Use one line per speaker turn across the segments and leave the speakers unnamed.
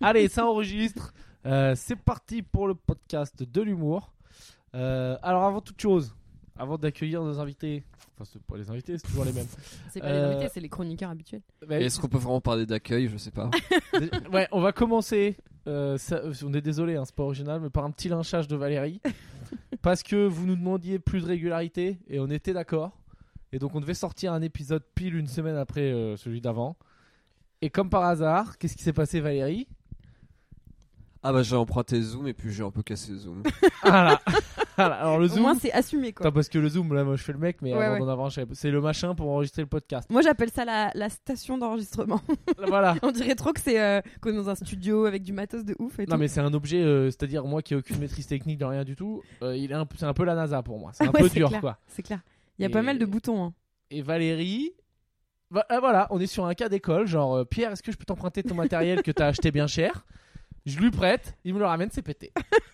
Allez, ça enregistre. Euh, c'est parti pour le podcast de l'humour. Euh, alors, avant toute chose, avant d'accueillir nos invités, enfin, c'est pas les invités, c'est toujours les mêmes.
C'est pas
Euh,
les invités, c'est les chroniqueurs habituels.
Mais-
Est-ce qu'on peut vraiment parler d'accueil Je sais pas.
ouais, on va commencer. euh, ça- on est désolé, hein, c'est pas original, mais par un petit lynchage de Valérie. parce que vous nous demandiez plus de régularité et on était d'accord. Et donc, on devait sortir un épisode pile une semaine après euh, celui d'avant. Et comme par hasard, qu'est-ce qui s'est passé, Valérie
Ah bah j'ai emprunté Zoom et puis j'ai un peu cassé Zoom.
Voilà. Voilà, Ah Alors, le
Au
Zoom.
moins, c'est assumé quoi.
Attends, parce que le Zoom, là, moi je fais le mec, mais
Ouais,
avant
ouais.
d'en avoir, je savais pas. c'est le machin pour enregistrer le podcast.
Moi, j'appelle ça la, la station d'enregistrement.
voilà.
On dirait trop que c'est euh, qu'on est dans un studio avec du matos de ouf et
Non,
tout.
mais c'est un objet, euh, c'est-à-dire moi qui ai aucune maîtrise technique de rien du tout, euh, il est un, peu- c'est un peu la NASA pour moi. C'est un
Ouais,
peu
c'est
dur,
clair.
quoi.
C'est clair. Il y a pas
Et-
mal de boutons. hein.
Et Valérie. va- ah, voilà, on est sur un cas d'école, genre euh, Pierre, est-ce que je peux t'emprunter ton matériel que t'as acheté bien cher Je lui prête, il me le ramène, c'est pété.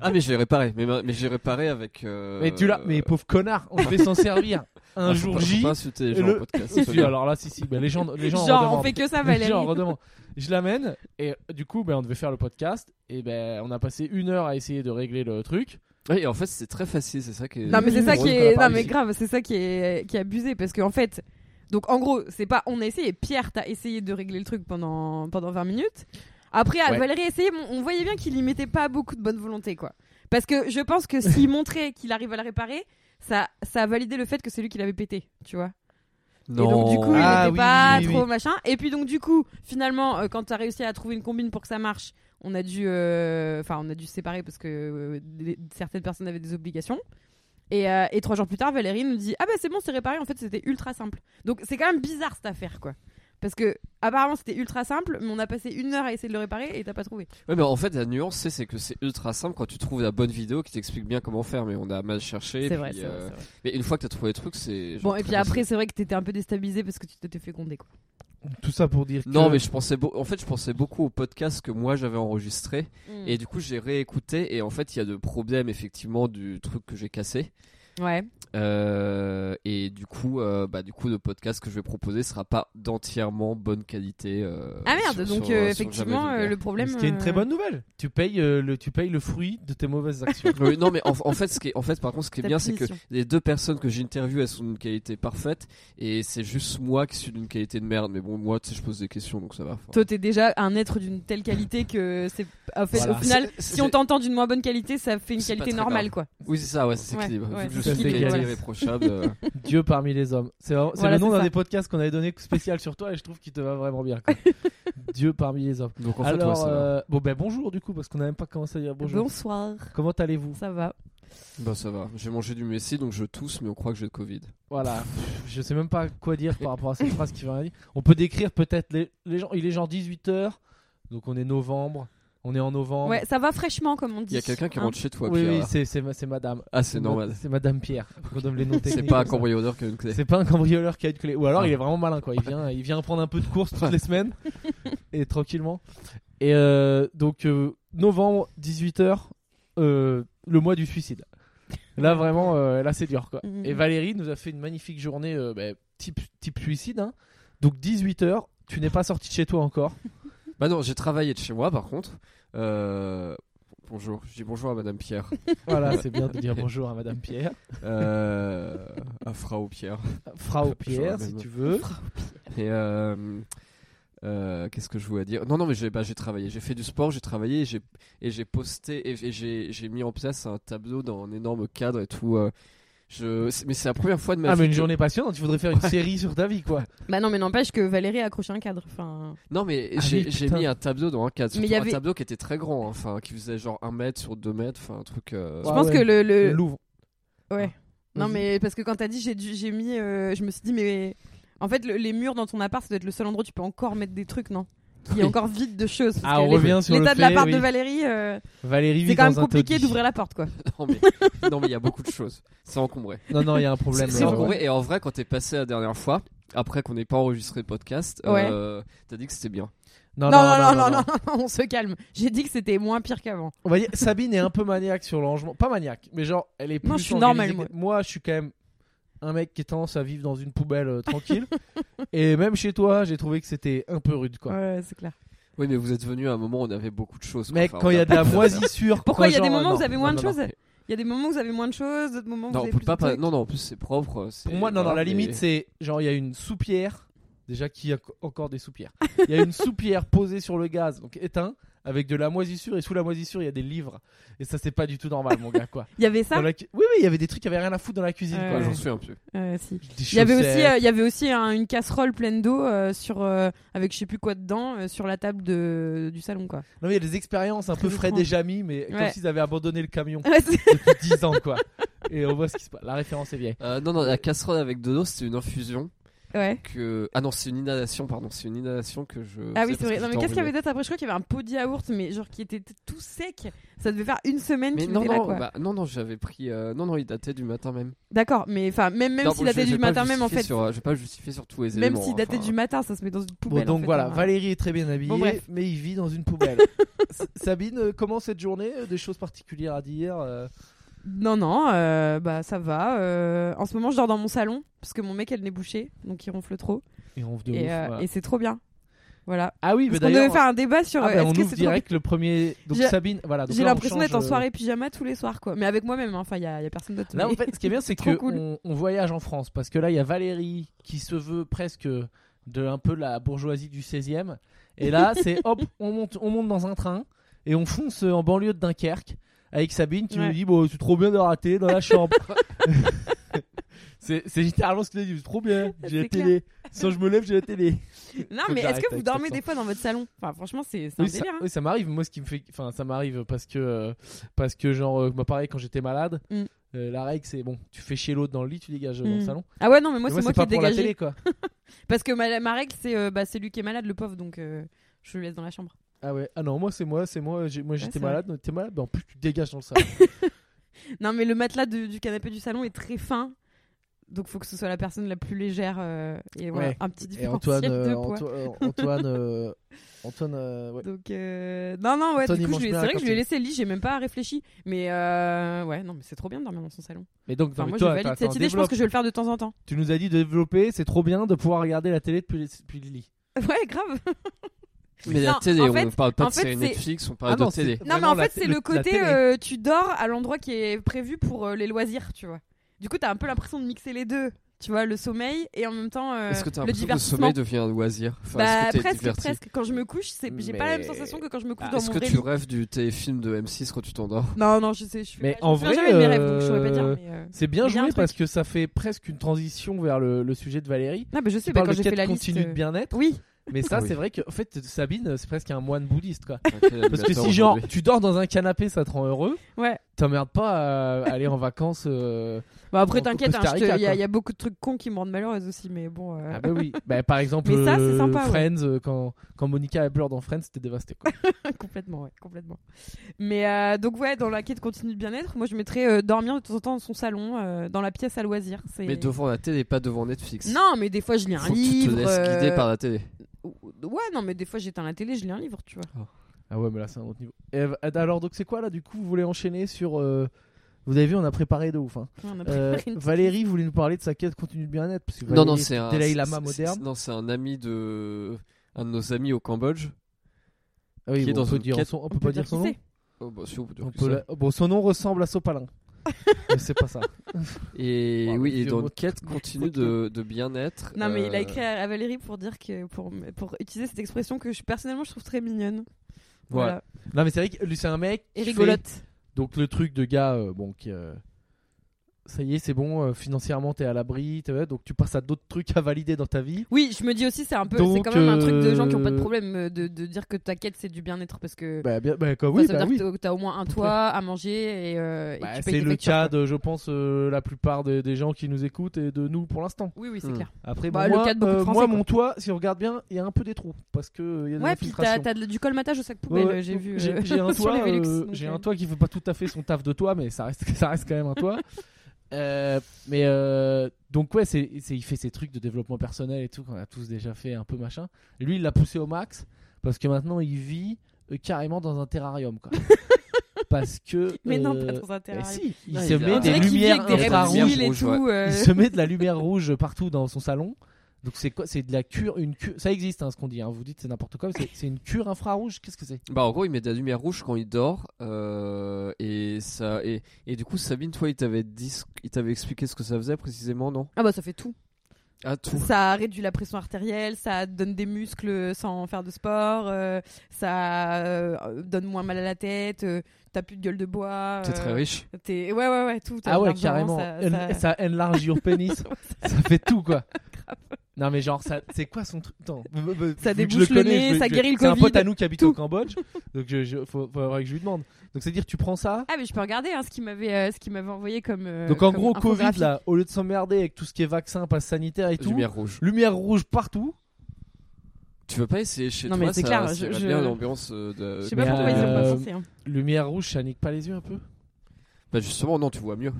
ah mais j'ai réparé, mais, ma- mais j'ai réparé avec. euh,
Mais tu l'as, mais pauvre connard, on devait s'en servir un
Ah, faut
jour
pas- faut
J.
Pas insulter les gens
le-
en podcast.
Si,
c'est
si,
bien.
alors là, si, si, bah, les gens, les gens en
Genre, on
redemandent.
fait que ça,
Les
Valérie.
gens redemandent. Je l'amène et euh, du coup, ben, on devait faire le podcast et ben on a passé une heure à essayer de régler le truc.
Oui, et en fait c'est très facile, c'est ça qui est.
Non, mais c'est ça
drôle
qui
qu'on
est.
a Mmh. pas
Non, mais
réussi.
grave, c'est ça qui est qui est abusé parce qu'en fait. Donc en gros, c'est pas on a essayé, Pierre t'as essayé de régler le truc pendant, pendant 20 minutes. Après, à
Ouais.
Valérie essayait, mais on voyait bien qu'il y mettait pas beaucoup de bonne volonté quoi. Parce que je pense que s'il montrait qu'il arrive à le réparer, ça, ça a validé le fait que c'est lui qui l'avait pété, tu vois.
Non.
Et donc du coup, il
Ah,
n'était
oui,
pas
oui,
trop
oui.
machin. Et puis donc du coup, finalement, euh, quand t'as réussi à trouver une combine pour que ça marche, on a dû, euh, enfin, on a dû se séparer parce que euh, des- certaines personnes avaient des obligations. Et, euh, et trois jours plus tard, Valérie nous dit ah bah c'est bon, c'est réparé. En fait, c'était ultra simple. Donc c'est quand même bizarre cette affaire, quoi. Parce que apparemment c'était ultra simple, mais on a passé une heure à essayer de le réparer et t'as pas trouvé.
Ouais, mais en fait la nuance c'est- c'est que c'est ultra simple quand tu trouves la bonne vidéo qui t'explique bien comment faire, mais on a mal cherché.
C'est
puis,
vrai, c'est vrai,
euh,
c'est vrai.
Mais une fois que t'as trouvé le truc, c'est. genre
Bon et
très
puis après
facile.
c'est vrai que t'étais un peu déstabilisé parce que tu t'étais fait gronder quoi.
Tout ça pour dire
Non, mais je pensais beau- en fait je pensais beaucoup au podcast que moi j'avais enregistré.
Mm.
Et du coup, j'ai réécouté et en fait, il y a de problèmes effectivement du truc que j'ai cassé.
Ouais.
Euh, et du coup, euh, bah, du coup, le podcast que je vais proposer sera pas d'entièrement bonne qualité. euh,
Ah merde,
sur-
donc
sur-
euh,
sur
effectivement
Jamais
euh,
Vulgaire.
le problème.
ce qui est une très
euh,
bonne nouvelle. Tu payes euh, le, tu payes le fruit de tes mauvaises actions.
Oui, non, mais en, en fait, ce qui est- en fait, par contre, ce qui est
Ta
bien, c'est que
punition.
les deux personnes que j'interviewe, elles sont d'une qualité parfaite, et c'est juste moi qui suis d'une qualité de merde. Mais bon, moi, tu sais, je pose des questions, donc ça va. Enfin,
Toi, t'es déjà un être d'une telle qualité que c'est. En fait,
Voilà.
au final,
C'est- c'est-
si on t'entend d'une moins bonne qualité, ça fait une
C'est pas
qualité
très
normale, quoi.
Oui, c'est ça, ouais, c'est
Ouais,
équilibré.
ouais,
Vu que je
c'est
suis d'une
équilibré,
qualité
voilà.
irréprochable. euh,
Dieu parmi les hommes. C'est vraiment- c'est
Voilà,
le nom
c'est
d'un
ça.
des podcasts qu'on avait donné spécial sur toi et je trouve qu'il te va vraiment bien. quoi. Dieu parmi les hommes.
donc en fait, ouais,
Alors,
ça va.
euh, bon ben bonjour du coup parce qu'on n'a même pas commencé à dire bonjour.
Bonsoir.
Comment allez-vous
Ça va.
Bah ça va, j'ai mangé du messi donc je tousse mais on croit que j'ai le Covid.
Voilà, je sais même pas quoi dire par rapport à cette phrase qui veut rien dire. On peut décrire peut-être les, les gens. Il est genre 18h, donc on est novembre. On est en novembre.
Ouais, ça va fraîchement, comme on dit.
Il y a quelqu'un qui
Hein.
rentre chez toi
oui,
Pierre.
oui,
là.
c'est- c'est ma- c'est madame.
Ah c'est
C'est ma-
normal.
C'est madame Pierre. On donne les noms
C'est
techniques
pas un
comme ça.
cambrioleur qui a une clé.
C'est pas un cambrioleur qui a une clé. Ou alors
Ah.
il est vraiment malin quoi. Il vient, il vient prendre un peu de course toutes les semaines et tranquillement. Et euh, donc euh, novembre 18h, le mois du suicide. Là vraiment, euh, là c'est dur quoi.
Mhm.
Et Valérie nous a fait une magnifique journée euh, bah, type type suicide. hein. Donc 18h, tu n'es pas sorti de chez toi encore.
Bah non, j'ai travaillé de chez moi par contre. Euh, Bonjour, je dis bonjour à Madame Pierre,
Voilà, c'est bien de dire bonjour à Madame Pierre,
euh, à Frau Pierre.
Frau Pierre
Bonjour,
si
madame.
tu veux.
Et euh, euh, qu'est-ce que je voulais dire Non, non, mais j'ai bah, j'ai travaillé, j'ai fait du sport, j'ai travaillé et j'ai- et j'ai posté et, et j'ai j'ai mis en place un tableau dans un énorme cadre et tout. euh, je, c'est- mais c'est la première fois de ma
Ah
vie.
mais une
que-
journée passionnante, tu voudrais faire une série sur ta vie quoi.
Bah non, mais n'empêche que Valérie a accroché un cadre. Enfin,
Non, mais
Ah
j'ai
oui,
j'ai
putain.
mis un tableau dans un cadre.
Mais il y
surtout
avait-
Un tableau qui était très grand, hein, enfin, qui faisait genre 1 mètre sur 2 mètres, enfin, un truc. euh,
je
Ah
pense
ouais.
que le. le-
Louvre.
Ouais. Non,
Vas-y.
mais parce que quand t'as dit, j'ai dû- j'ai mis. euh, je me suis dit, mais. En fait, le- les murs dans ton appart, ça doit être le seul endroit où tu peux encore mettre des trucs, non Il y a
Oui.
encore vide de choses. parce
Ah, on
que les-
revient sur le
L'état de
fait,
l'appart
oui.
de Valérie, euh,
Valérie
c'est
vit
quand même
dans un
compliqué
taudis.
d'ouvrir la porte, quoi.
Non, mais non, mais il y a beaucoup de choses. C'est encombré.
Non, non, il y a un problème.
C'est
là,
vrai.
encombré. Et en vrai, quand t'es passé la dernière fois, après qu'on n'ait pas enregistré le podcast,
Ouais.
euh, t'as dit que c'était bien.
Non,
non, non, non, non, non, non, on se calme. J'ai dit que c'était moins pire qu'avant.
On va dire, Sabine est un peu maniaque sur le rangement. Pas maniaque, mais genre, elle est plus.
Non, je suis
organisée
normale,
que- Moi, je suis quand même un mec qui a tendance à vivre dans une poubelle euh, tranquille. et même chez toi, j'ai trouvé que c'était un peu rude, quoi.
Ouais, c'est clair.
Oui, mais vous êtes venu à un moment où on avait beaucoup de choses. quoi.
Mec,
Enfin,
quand
on
il y a de la
pas-
moisissure.
Pourquoi
quand
il y a des
genre, euh,
moments où
non,
vous avez moins
non,
de
non, non.
choses Il y a des moments où vous avez moins de choses, d'autres moments où
Non,
vous
on
avez
peut
plus
pas.
de trucs.
Non, non, en plus, c'est propre. euh, c'est-
Pour moi, non, non, la
voilà, mais-
limite, c'est genre, il y a une soupière. Déjà, qui a co- encore des soupières Il y a une soupière posée sur le gaz, donc éteint, avec de la moisissure, et sous la moisissure, il y a des livres. Et ça, c'est pas du tout normal, mon gars, quoi.
Il y avait ça
Dans la cu- Oui, oui, il y avait des trucs qui avaient rien à foutre dans la cuisine,
Ouais,
quoi.
Ouais,
Genre,
J'en suis un peu.
Euh, si.
des
Il y avait aussi,
chaussettes.
euh, il y avait aussi un- une casserole pleine d'eau euh, sur euh, avec je sais plus quoi dedans euh, sur la table de, du salon quoi.
Non, mais il y a des expériences un
Très
peu Fred et
étrange.
Jamy, mais comme
Ouais.
s'ils avaient abandonné le camion
Ouais, c'est-
depuis 10 ans, quoi. Et on voit ce qui se passe. La référence est vieille.
Euh, non, non, la casserole avec dodo, c'était une infusion
ouais.
que. Ah non, c'est une inhalation, pardon. C'est une inhalation que je.
Ah oui c'est
faisais parce
vrai.
que
Non mais
j'étais
qu'est-ce qu'il y
enrhumé.
avait d'autre après Je crois qu'il y avait un pot de yaourt mais genre qui était tout sec. Ça devait faire une semaine
Mais
qu'il
non,
était là
non,
quoi.
bah, non, non, j'avais pris. euh, Non, non, il datait du matin même.
D'accord mais enfin même même
Non,
s'il
je-
datait
je
du
vais pas
matin même en
justifier
fait.
sur, euh, je vais pas justifier sur tous les
Même
éléments.
s'il
hein,
datait
enfin,
du matin ça se met dans une
Bon,
poubelle. en
donc
fait,
voilà,
hein.
Valérie est très bien habillée,
Bon, bref.
mais il vit dans une poubelle. S- Sabine, euh, comment cette journée Euh, Des choses particulières à dire euh,
Non non euh, bah ça va. euh, en ce moment je dors dans mon salon parce que mon mec elle n'est bouchée donc il ronfle trop
Et on de
et,
ouf,
euh,
voilà.
et c'est trop bien. Voilà.
Ah oui, mais
Parce qu'on devait
d'ailleurs.
faire un débat sur
ah
euh,
bah,
est-ce
on
que
ouvre
c'est trop
direct le premier. Donc
J'ai-
Sabine, voilà. donc
J'ai
là, on
l'impression d'être en
change, euh,
soirée pyjama tous les soirs, quoi. Mais avec moi-même, hein. enfin, il y a, y a personne d'autre.
Là, en
mais-
fait, ce qui est bien, c'est
Trop
que
cool.
on, on voyage en France parce que là, il y a Valérie qui se veut presque de un peu la bourgeoisie du 16e. Et là, c'est hop, on monte, on monte dans un train et on fonce en banlieue de Dunkerque avec Sabine qui
Ouais.
nous dit bon, c'est trop bien de rater dans la chambre. c'est c'est littéralement ce que tu dit, c'est trop bien. J'ai la
C'est clair.
télé. Sans je me lève, j'ai la télé.
Non,
Faut
mais
que
est-ce
j'arrête
que vous
avec
dormez
cet
des fois dans votre salon Enfin, franchement, c'est c'est un
Oui, ça,
délire. hein.
oui, ça m'arrive. Moi, ce qui me fait, enfin, ça m'arrive parce que, euh, parce que genre, euh, moi, pareil, quand j'étais malade,
Mm.
euh, la règle, c'est bon, tu fais chier l'autre dans le lit, tu dégages euh, dans
Mm.
le salon.
Ah ouais, non, mais moi,
Mais
c'est moi,
pas
qui
pour la
dégage.
télé, quoi.
Parce que ma, ma règle, c'est euh, bah, c'est lui qui est malade, le pauvre, donc euh, je le laisse dans la chambre.
Ah ouais, ah non, moi c'est moi, c'est moi, j'ai- moi j'étais
c'est
malade, t'es malade, mais en plus tu dégages dans le salon.
Non, mais le matelas de- du canapé du salon est très fin. Donc, faut que ce soit la personne la plus légère. euh, et voilà,
Ouais.
un petit
Et
différentiel
Antoine, euh,
de poids.
Anto- euh, Antoine, euh, Antoine, euh, ouais.
Donc, euh, non, non, ouais,
Antoine,
du
il
coup,
mange
je lui ai-
bien
c'est
à la
vrai que je lui
cantine.
ai laissé le lit, j'ai même pas réfléchi. Mais euh, ouais, non, mais c'est trop bien de dormir dans son salon.
Mais donc,
Enfin,
non, mais
moi,
toi,
je valide
attends,
cette idée, je pense
développe.
que je vais le faire de temps en temps.
Tu nous as dit de développer, c'est trop bien de pouvoir regarder la télé depuis, depuis le lit.
Ouais, grave.
Mais la
Non,
télé,
en
on
fait-
parle pas
en
de
fait,
série
c'est-
Netflix, on parle
Ah non,
de télé.
c'est-
Non, mais
Vraiment,
en
la
fait,
té-
c'est
le-
le
la
côté
télé.
euh, tu dors à l'endroit qui est prévu pour euh, les loisirs, tu vois. Du coup, t'as un peu l'impression de mixer les deux, tu vois, le sommeil et en même temps euh,
Est-ce que t'as
le
l'impression que le
divertissement.
sommeil devient un loisir Enfin,
bah,
est-ce que t'es
presque,
diverti
presque. Quand je me couche, c'est- j'ai pas la même
Mais-
sensation que quand je me couche
Ah,
dans
Est-ce
mon
que
vrai
tu
lit.
rêves du téléfilm de M6 quand tu t'endors
Non, non, je sais, je suis
Mais
pas-
en
je me souviens
vrai,
jamais de mes rêves, donc je saurais pas
euh,
dire. Mais, euh,
C'est bien
Il y a un
joué
truc.
parce que ça fait presque une transition vers le, le sujet de Valérie.
Non, mais je sais,
Tu
bah,
parles
quand
de
j'ai fait
quête
la liste.
continue de
euh,
bien-être,
Oui,
mais ça
Ah oui.
c'est vrai que, en fait, Sabine, c'est presque un moine bouddhiste quoi. Parce
Parce
que si genre tu dors dans un canapé, ça te rend heureux,
ouais.
t'emmerdes pas à aller en vacances. euh,
Bah, après,
Au- au
t'inquiète,
Costa
hein, je te- il y, a-
Rica,
il y a beaucoup de trucs cons qui me rendent malheureuse aussi, mais bon. euh,
Ah bah oui, bah, par exemple
Mais ça, c'est
euh,
sympa, ouais.
Friends, euh, quand, quand Monica elle pleure dans Friends, c'était dévasté quoi.
Ah.
complètement, ouais, complètement. Mais euh, donc ouais, dans la quête continue de bien-être, moi je mettrais euh, dormir de temps en temps dans son salon, euh, dans la pièce à loisirs. c'est-
Mais devant la télé, pas devant Netflix.
Non, mais des fois je lis un
Faut que tu
livre.
te laisses
euh,
guider par la télé.
Ouais, non, mais des fois j'éteins la télé, je lis un livre, tu vois.
Ah ouais mais là c'est un autre niveau. Et, euh, alors donc c'est quoi là du coup vous voulez enchaîner sur... euh, Vous avez vu on a préparé de ouf. hein.
On a
Euh,
préparé une-
Valérie voulait nous parler de sa quête continue de bien-être. Parce que
Non, non,
Valérie,
c'est un.
Dalai
c'est-
Lama
c'est-
moderne.
c'est- Non, c'est un ami de. Un de nos amis au Cambodge.
Ah oui,
qui est
bon,
dans
on peut,
une
dire
quête-
son- on peut pas dire
qui
son nom.
c'est.
Oh, bah, si, on peut dire
On
que
peut
ça.
la- Bon son nom ressemble à Sopalin. mais c'est pas ça.
Et
Wow,
oui,
le
et
vieux
dans
mot
une quête continue de, de bien-être.
Non, mais il a
euh,
écrit à à Valérie pour dire que pour, pour utiliser cette expression que je, personnellement je trouve très mignonne. Voilà.
Non mais c'est vrai que lui c'est un mec...
Et
qui fait-
rigolote.
Donc le truc de gars, euh, bon qui... euh, Ça y est, c'est bon, euh, financièrement t'es à l'abri, t'es- ouais, donc tu passes à d'autres trucs à valider dans ta vie.
Oui, je me dis aussi c'est un peu, c'est
Donc,
quand même un truc de gens qui ont
euh,
pas de problème euh, de, de dire que ta quête c'est du bien-être parce que
Bah, bien, bah, comme
Enfin,
oui,
ça veut
bah
dire
oui.
que t'as- t'as au moins un toit, à manger et, euh, et
Bah,
tu payes
c'est
tes
le
factures,
cas
quoi.
de, je pense, euh, la plupart des, des gens qui nous écoutent et de nous pour l'instant.
Oui, oui, c'est
Hmm.
clair.
Après,
Bah,
bon,
le
moi,
cas de beaucoup de
euh,
Français,
moi,
quoi.
mon toit, si on regarde bien, il y a un peu des trous parce que euh, il y a des
Ouais, puis t'as
infiltrations.
t'as de- du colmatage au sac
Ouais,
poubelle,
ouais,
j'ai vu.
J'ai
euh,
j'ai un
sur
toit,
les Velux,
euh,
donc,
j'ai
euh,
un toit qui fait pas tout à fait son taf de toit, mais ça reste, ça reste quand même un toit. Euh, mais euh, donc ouais, c'est c'est- il fait ses trucs de développement personnel et tout qu'on a tous déjà fait un peu machin. Et lui, il l'a poussé au max parce que maintenant il vit euh, carrément dans un terrarium quoi. parce que
Mais non,
euh,
pas dans un
Eh
terrarium.
si, il
Ah,
se
il a-
met
On dirait
des
qu'il vit
lumières
avec des
infrarouges.
infrarouges.
euh. reptiles et
Rouge,
tout. euh,
Il se met de la lumière rouge partout dans son salon. Donc c'est quoi C'est de la cure, une cure. Ça existe, hein, ce qu'on dit. hein. Vous dites c'est n'importe quoi. mais c'est- C'est une cure infrarouge. Qu'est-ce que c'est
Bah en gros il met de la lumière rouge quand il dort euh, et ça et, et du coup Sabine toi il t'avait dit ce- il t'avait expliqué ce que ça faisait précisément non
Ah bah ça fait tout.
Ah tout
Ça réduit la pression artérielle, ça donne des muscles sans faire de sport, euh, ça euh, donne moins mal à la tête, euh, t'as plus de gueule de bois.
t'es
euh,
très riche
t'es- Ouais ouais ouais tout. t'as
Ah
de
ouais,
l'argent,
carrément.
ça-
En-
ça-
Ça, enlarge your pénis. ça fait tout quoi. Non mais genre ça, c'est quoi son truc Attends, v- v- vu que je
débouche le
connais,
nez,
je vais-
ça
je vais-
guérit le
C'est un pote
Covid,
à nous qui habite
tout.
au Cambodge, donc je, je- faut, faudrait que je lui demande. Donc c'est à dire tu prends ça.
Ah mais je peux regarder hein, ce qu'il m'avait euh, ce qu'il m'avait envoyé comme. euh,
Donc en
comme
gros Covid
infographie.
là, au lieu de s'emmerder avec tout ce qui est vaccin, passe sanitaire et tout, lumière,
lumière rouge
rouge partout.
tu veux pas essayer chez
Non,
toi
mais c'est
ça-
clair,
ça
je-
irait
je-
bien l'ambiance euh, de
Je sais pas
Mais,
pourquoi ils ont pas
euh,
pensé. hein.
Lumière rouge, ça nique pas les yeux un peu
bah justement non tu vois mieux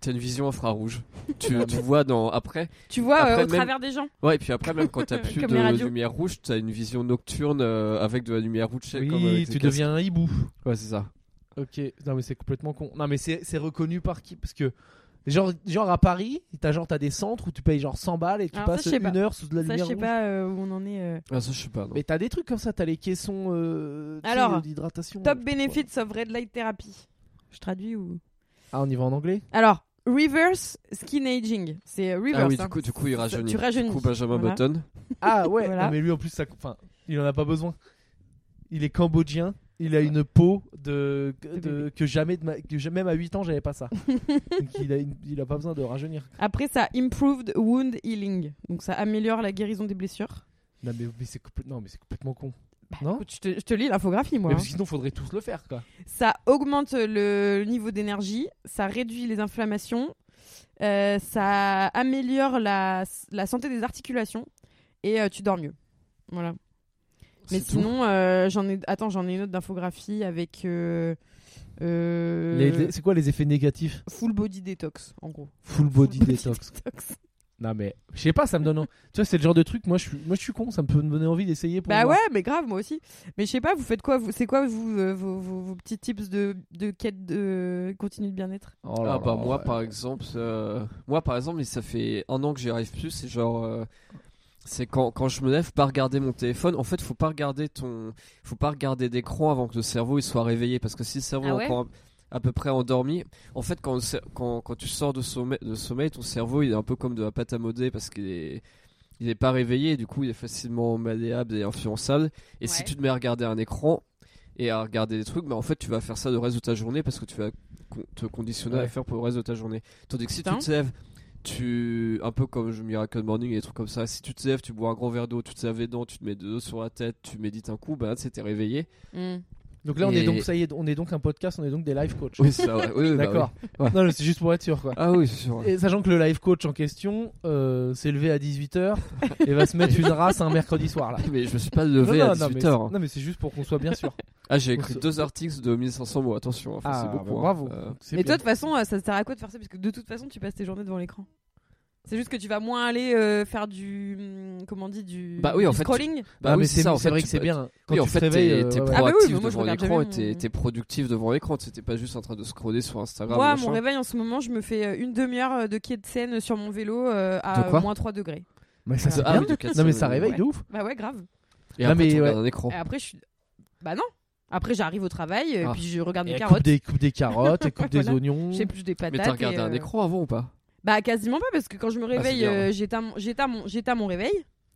t'as une vision infrarouge tu, tu vois dans après
Tu vois euh,
après,
au
même-
travers des gens.
ouais et puis après même quand t'as plus
Comme
de
les radios.
lumière rouge t'as une vision nocturne euh, avec de la lumière rouge tu sais,
Oui,
comme avec
tu
les casques.
deviens un hibou.
ouais c'est ça
Ok, non mais c'est complètement con. Non mais c'est c'est reconnu par qui Parce que genre, genre à Paris, t'as genre t'as des centres où tu payes genre 100 balles et tu
Alors ça,
passes
je sais
une
pas.
heure sous de la
Ça je
lumière
sais
rouge.
pas euh, où on en est. euh.
ah ça je sais pas non.
Mais t'as des trucs comme ça, t'as les caissons euh, tu sais,
Alors,
d'hydratation. euh,
Top
je sais pas quoi.
benefits of red light therapy. Je traduis ou
Ah, on y va en anglais
Alors, reverse skin aging. C'est reverse.
ah oui du
hein.
coup du coup il rajeunit
tu rajeunis.
du coup bah, Benjamin
Voilà.
Button
Ah ouais,
Voilà.
non, mais lui en plus, ça, enfin, il en a pas besoin. Il est cambodgien, il a une peau de,
De
de- que jamais, de ma- que jamais- même à 8 ans j'avais pas ça. Donc il a, une- il a pas besoin de rajeunir.
Après, ça improved wound healing. Donc, ça améliore la guérison des blessures.
Non mais, mais c'est complè- non, mais c'est complètement con.
Bah,
Non
écoute, je, te, je te lis l'infographie, moi.
Mais
hein.
sinon faudrait tous le faire quoi.
Ça augmente le niveau d'énergie, ça réduit les inflammations, euh, ça améliore la, la santé des articulations et euh, tu dors mieux. Voilà. Mais
C'est tout.
sinon, euh, j'en ai. Attends, j'en ai une autre d'infographie avec. euh, euh,
Les- les- C'est quoi les effets négatifs
Full body detox, en gros.
Full body
Full
detox. Non mais je sais pas, ça me donne. en- tu vois, c'est le genre de truc. Moi, je suis, moi, je suis con. Ça me peut me donner envie d'essayer. Pour
Bah
voir.
ouais, mais grave, moi aussi. Mais je sais pas, vous faites quoi vous, C'est quoi vous, euh, vos, vos- vos petits tips de, de quête de continue de bien-être
Oh là
Ah
là,
bah moi
ouais.
par exemple euh, moi par exemple mais ça fait un an que j'y arrive plus c'est genre euh, c'est quand, quand je me lève pas regarder mon téléphone en fait faut pas regarder ton faut pas regarder d'écran avant que le cerveau il soit réveillé parce que si le cerveau
Ah
est
ouais
encore à peu près endormi en fait quand, le cer- quand, quand tu sors de sommeil, de sommeil ton cerveau il est un peu comme de la pâte à modeler parce qu'il est il est pas réveillé et du coup il est facilement malléable et influençable et si
Ouais.
tu te mets à regarder un écran et à regarder des trucs, bah en fait tu vas faire ça le reste de ta journée parce que tu vas con- te conditionner à
Ouais.
le faire pour le reste de ta journée. Tandis que si
Putain.
tu te lèves, tu un peu comme je Miracle Morning et des trucs comme ça, si tu te lèves, tu bois un grand verre d'eau, tu te laves les dents, tu te mets deux sur la tête, tu médites un coup, bah là tu sais, t'es réveillé.
Donc là, on est
Et-
donc ça y est, on est donc un podcast, on est donc des life coach.
Oui, ça, ouais. Oui, oui, bah
D'accord.
oui. Ouais.
Non, mais c'est juste pour être sûr quoi.
oui. Ah oui, c'est sûr. ouais.
Et sachant que le life coach en question euh, s'est levé à 18h et va se mettre une race un mercredi soir là.
Mais je me suis pas levé
non,
à
non, mais
18h.
c'est- non, mais c'est juste pour qu'on soit bien sûr.
Ah, j'ai
On
écrit
se-
deux articles de 1500 mots, attention, hein, enfin,
Ah,
c'est
bah,
beaucoup. hein.
bravo.
Euh,
C'est
Et toi,
bien.
de toute façon, euh, ça te sert à quoi de faire ça Parce que de toute façon, tu passes tes journées devant l'écran. C'est juste que tu vas moins aller euh, faire du. hum, Comment on dit Du,
Bah oui, en
du
fait,
scrolling.
bah
Ah,
oui,
mais
c'est
c'est
ça, en
c'est
fait,
vrai
tu
que c'est
peux-
bien. hein. Quand
oui, en
tu te
fait, t'es-
réveilles,
t'es
euh, ouais, ouais.
Ah bah oui,
proactif
mais moi, je
devant
regarde
l'écran
jamais hein.
et t'es
mon-
t'es productif devant l'écran. T'es t'es pas juste en train de scroller sur Instagram.
Moi,
machin. Ah,
mon réveil en ce moment, je me fais euh, une demi-heure euh, de quai de Seine sur mon vélo euh, à
De quoi
euh, moins 3 degrés.
Mais ça,
Ah
c'est
oui,
bien.
de quatre
Non mais
cents,
ça
oui.
réveille de ouf.
Bah ouais, grave.
Et
Non,
après,
mais
tu
ouais.
regardes un écran.
Et après, je suis. Bah non. Après, j'arrive au travail, et
Oh. Ah.
puis je regarde
Et
mes
elle
carottes.
coupe des, coupe des carottes, elle coupe des
Voilà.
oignons.
J'ai plus des patates.
Mais t'as regardé
et,
un
euh,
écran avant ou pas
Bah quasiment pas parce que quand je me
c'est
réveille,
bien,
euh, j'éteins mon- j'éteins mon, j'éteins mon réveil.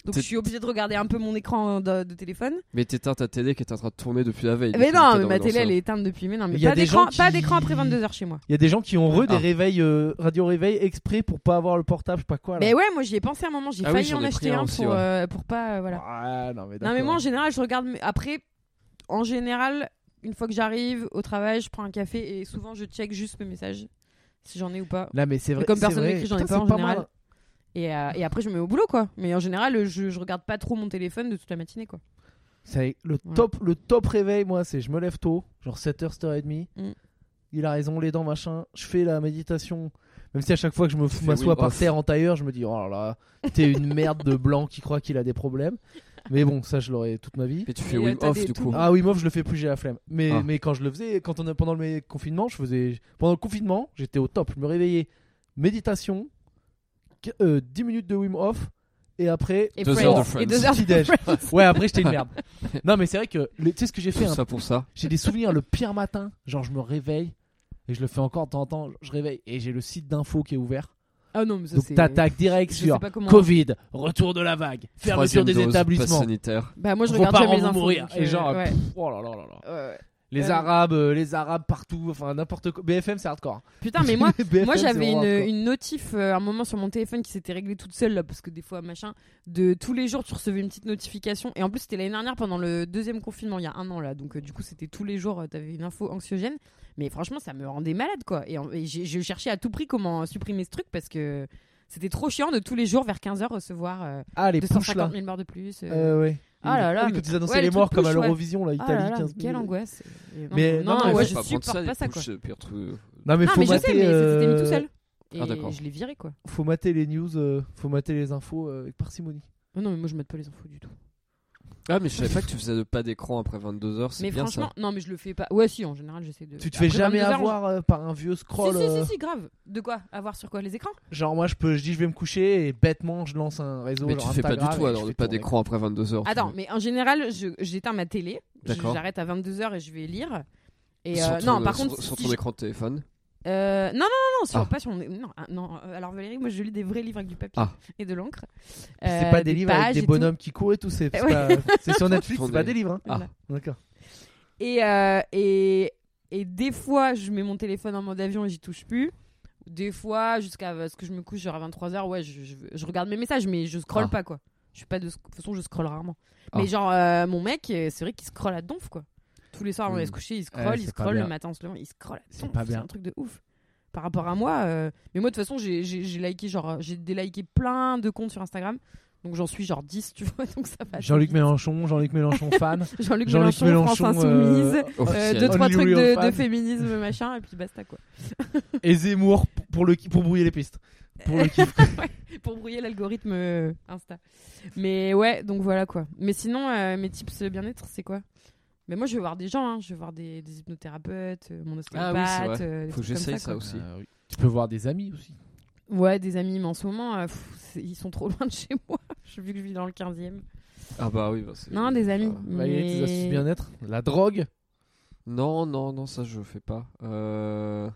Donc
T'es-
je suis obligée de regarder un peu mon écran euh, de, de téléphone.
Mais t'éteins ta télé qui est en train de tourner depuis la veille.
Mais
donc, t'es
non, mais
dans-
ma
dans
télé
ça.
elle est éteinte depuis. Mais non, mais
Il y a
pas
des
d'écran
gens
pas
qui-
d'écran après 22h chez moi.
Il y a des gens qui ont re des
Ah.
réveils euh, radio réveil exprès pour pas avoir le portable, je sais pas quoi. Là.
Mais ouais, moi j'y ai pensé à un moment, j'ai
Ah oui,
failli
j'en
en
ai pris
acheter
un
un
aussi,
pour,
ouais.
euh, pour pas. euh, voilà.
Ah, non, mais
Non, mais
d'accord.
moi en général, je regarde. mes- Après, en général, une fois que j'arrive au travail, je prends un café et souvent je check juste mes messages, si j'en ai ou pas.
Là, mais c'est vrai.
comme
c'est
personne
vrai.
n'écrit, j'en ai
Putain,
pas en
c'est
général.
mal.
Et, euh, et après, je me mets au boulot quoi. Mais en général, je, je regarde pas trop mon téléphone de toute la matinée quoi.
C'est le
Ouais.
top, le top réveil, moi, c'est je me lève tôt, genre 7h, 7h30.
Mm.
Il a raison, les dents, machin. Je fais la méditation. Même si à chaque fois que je me fous,
fais
m'assois
oui,
par
off.
terre en tailleur, je me dis, oh là là, t'es une merde de blanc qui croit qu'il a des problèmes. Mais bon, ça, je l'aurai toute ma vie.
Mais tu fais
Et, euh,
Wim
t'as
Off
des
du
tout-
coup.
Ah oui, mof, je le fais plus, j'ai la flemme. Mais,
Ah.
mais quand je le faisais, quand on a, pendant le confinement, je faisais pendant le confinement, j'étais au top. Je me réveillais, méditation, qu- euh, 10 minutes de Wim Hof, et après.
Et
Deux
Friends.
heures de Friends.
Et deux heures de
Petit-déj.
Friends.
Ouais, après j'étais une merde. Non, mais c'est vrai que le- tu sais ce que j'ai fait.
Tout
hein,
ça pour ça.
J'ai des souvenirs le pire matin. Genre, je me réveille et je le fais encore de temps en temps. Je réveille et j'ai le site d'info qui est ouvert.
Ah non, mais ça
Donc,
c'est.
t'attaques direct
je sais
sur
pas comment-
Covid, retour de la vague, fermeture
Troisième
des
dose, Pass
établissements.
sanitaire.
Bah moi je
Vos
regarde
parents
jamais les
vont
infos.
mourir.
donc,
Et
euh,
genre,
ouais.
pff, oh là là là là.
Ouais, ouais.
Les
Ouais.
Arabes, euh, les Arabes partout, enfin n'importe quoi. BFM, c'est hardcore.
Putain, mais moi,
BFM,
moi
c'est
j'avais
vraiment hardcore.
une, une notif euh, un moment sur mon téléphone qui s'était réglée toute seule là, parce que des fois machin de tous les jours tu recevais une petite notification et en plus c'était l'année dernière pendant le deuxième confinement il y a un an là donc euh, du coup c'était tous les jours euh, t'avais une info anxiogène mais franchement ça me rendait malade quoi et, en- et j'ai- je cherchais à tout prix comment supprimer ce truc parce que c'était trop chiant de tous les jours vers 15h recevoir euh,
Ah, les push là.
250 000 morts de plus euh.
Euh, ouais.
Ah là là,
Oui,
mais-
quand ils annonçaient
ouais,
les
le
morts
truc
comme à
push, ouais.
l'Eurovision, là,
Ah
Italie,
là là,
15 000.
quelle angoisse Et non,
Mais-
non,
non,
moi
mais
je
Faut Ah, pas prendre ça,
supporte pas
les
ça quoi
couches, euh, pire truc.
Non, mais
ah
faut
mais je
mater.
sais mais ça s'était mis
euh,
tout seul et
Ah, d'accord.
je l'ai viré quoi
Faut mater les news, euh, faut mater les infos euh, avec parcimonie.
Oh non mais moi je mate pas les infos du tout
Ah, mais je savais pas que tu faisais de pas d'écran après 22h, c'est
Mais
bien
franchement,
ça.
non, mais je le fais pas. Ouais, si, en général, j'essaie de.
Tu te fais
Après
jamais
22 heures,
avoir euh, par un vieux
je-
scroll.
Si, si,
euh,
si, si, grave. De quoi Avoir sur quoi Les écrans
Genre moi je peux je dis je vais me coucher et bêtement je lance un réseau
Mais tu
genre
fais pas du
Instagram
tout
et
alors
je
de
fais
pas
tourner.
d'écran après 22h.
Attends, mais en général, je- j'éteins ma télé. Je-
D'accord.
J'arrête à 22h et je vais lire. Et euh, non, par contre.
Sur
si
ton
je-
écran de téléphone.
Euh, non, non, non, non, sur-
Ah.
pas sur. mon- Non, ah, non. euh, Alors, Valérie, moi, je lis des vrais livres avec du papier
Ah.
et de l'encre.
Puis C'est
Euh,
pas des livres
pages
avec
et
des
tout.
bonhommes qui courent et tout c'est c'est
Ouais.
pas- c'est sur Netflix c'est pas des livres hein.
Ah.
Voilà.
D'accord.
Et, euh, et, et des fois, je mets mon téléphone en mode avion et j'y touche plus. Des fois, jusqu'à euh, ce que je me couche, genre à 23h, ouais, je, je, je regarde mes messages, mais je scrolle
Ah.
pas, quoi. Je suis pas de. sc- De toute façon, je scrolle rarement.
Ah.
Mais genre, euh, mon mec, euh, c'est vrai qu'il scrolle à donf, quoi. Tous les soirs, avant d'aller se
Mm.
coucher, il scrolle,
Ouais, Hmm.
il
Eh, c'est pas
scrolle, le
bien.
matin, on se levant, il scrolle à
C'est
donf.
pas
C'est
bien.
un truc de ouf. Par rapport à moi, euh, mais moi, de toute façon, j'ai- j'ai j'ai liké, genre, euh, j'ai déliké plein de comptes sur Instagram. Donc j'en suis genre 10, tu vois, donc ça va.
Jean-Luc Mélenchon, Jean-Luc Mélenchon fan,
Jean-Luc
Jean-Luc
Mélenchon,
Mélenchon
France Insoumise.
euh,
Euh,
Officiel.
deux trois
Only
trucs
real
de,
fan.
de féminisme machin et puis basta quoi
et Zemmour p- pour le pour brouiller les pistes. Pour le kiff.
pour brouiller l'algorithme euh, Insta mais ouais donc voilà quoi mais sinon euh, mes tips bien-être c'est quoi mais moi je vais voir des gens hein. je vais voir des, des hypnothérapeutes euh, mon ostéopathe
Ah oui, c'est
euh, des
Faut que
trucs comme
j'essaye ça
quoi.
aussi.
Euh, oui. Tu peux voir des amis aussi.
ouais des amis mais en ce moment euh, pff, c'est- ils sont trop loin de chez moi je vu que je vis dans le 15e
Ah bah oui, bah c'est-
non des amis
Ah.
Valérie, tes astuces
mais...
bien-être, la drogue,
Non, non, non, ça je fais pas. Euh,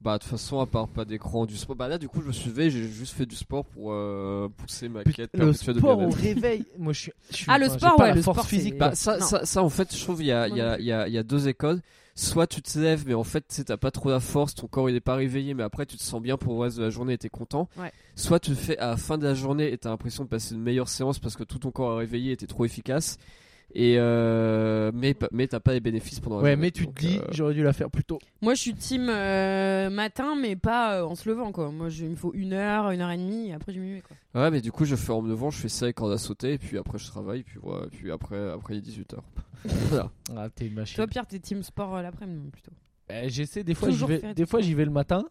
Bah, de toute façon, à part pas d'écran, du sport. Bah là, du coup, je me suivais, j'ai juste fait du sport pour euh, pousser ma
Putain,
quête
le
perpétuelle de
sport au
bien-être.
réveil. Moi je suis je suis-
Ah, le
enfin, j'ai
sport,
pas
ouais,
la
le
force
sport,
physique.
c'est-
quoi.
Bah, ça,
Non.
ça, ça, en fait, je trouve il y a, il y, a, il y, a, il y a deux écoles. Soit tu te lèves, mais en fait, tu sais, t'as pas trop la force, ton corps il est pas réveillé, mais après tu te sens bien pour le reste de la journée et t'es content.
Ouais.
Soit tu le fais à la fin de la journée et t'as l'impression de passer une meilleure séance parce que tout ton corps est réveillé et t'es trop efficace. Et euh, mais pa- mais t'as pas les bénéfices pendant la
Ouais,
journée.
mais tu te
Donc,
dis
euh,
j'aurais dû la faire plus tôt.
moi je suis team euh, matin mais pas euh, en se levant quoi moi je, il me faut une heure une heure et demie et après je m'y mets quoi
Ouais, mais du coup, je fais en me levant, je fais ça et quand on a sauté, et puis après, je travaille, et puis, voilà, et puis après, après les 18h. voilà.
Ah, t'es une machine.
toi Pierre t'es team sport euh, l'après-midi plutôt
Euh, J'essaie des fois, j'y
Toujours
vais,
faire
des
du
fois
sport.
j'y vais le matin,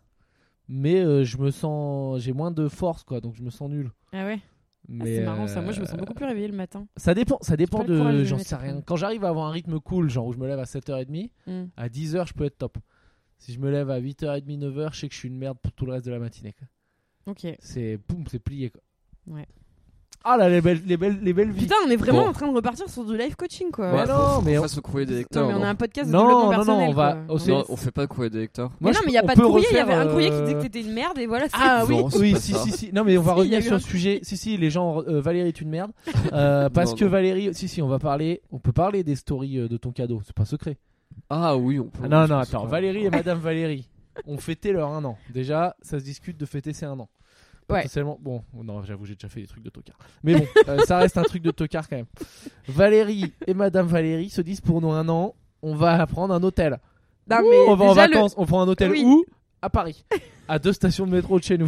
mais euh, je me sens, j'ai moins de force quoi, donc je me sens nul.
Ah ouais Ah,
Mais
C'est marrant ça. Moi, je me
euh,
sens beaucoup plus réveillée le matin.
Ça dépend, ça dépend
pas le courage de
de,
me
j'en
mettre
sais
à
rien.
fond.
Quand j'arrive à avoir un rythme cool, genre où je me lève à 7h30,
Mm.
à 10h je peux être top. Si je me lève à 8h30, 9h, je sais que je suis une merde pour tout le reste de la matinée. quoi.
Ok.
C'est boum, c'est plié quoi.
Ouais.
Ah là, les belles, les belles, les belles vies.
Putain, on est vraiment
Bon.
en train de repartir sur du live coaching quoi.
Ouais,
Ouais.
non,
faut-
mais
faut
on-
pas se courir des
Non,
lecteurs.
mais on a
Non,
un podcast de
Non,
développement
non, non,
personnel,
on va-
quoi.
oh, c'est-
Non, on fait pas courir des lecteurs.
Moi,
mais non,
je-
mais il y a
on
pas de
peut
courrier. Il y avait un
refaire,
courrier qui
euh,
disait que t'étais une merde et voilà. c'est
Ah
tout.
oui,
Euh, Non, c'est
oui,
pas
si,
ça.
si, si. Non, mais on va
Si, il y a
revenir
eu
sur
un
le sujet. Si, si, les gens, euh, Valérie est une merde. Euh, parce
Non,
que
non.
Valérie, si, si, on va parler, on peut parler des stories euh, de ton cadeau, c'est pas secret.
Ah oui, on peut.
Ah non,
je
non,
pense
attends,
pas.
Valérie et Madame Valérie ont fêté leur un an. Déjà, ça se discute de fêter ces un an.
Ouais.
Potentiellement- bon, non, j'avoue, j'ai déjà fait des trucs de tocard. Mais bon, euh, ça reste un truc de tocard quand même. Valérie et Madame Valérie se disent pour nous un an, on va prendre un hôtel.
Non,
Ouh,
mais
on va en
déjà, le-
vacances, on prend un hôtel
Oui.
où À Paris. À deux stations de métro de chez nous.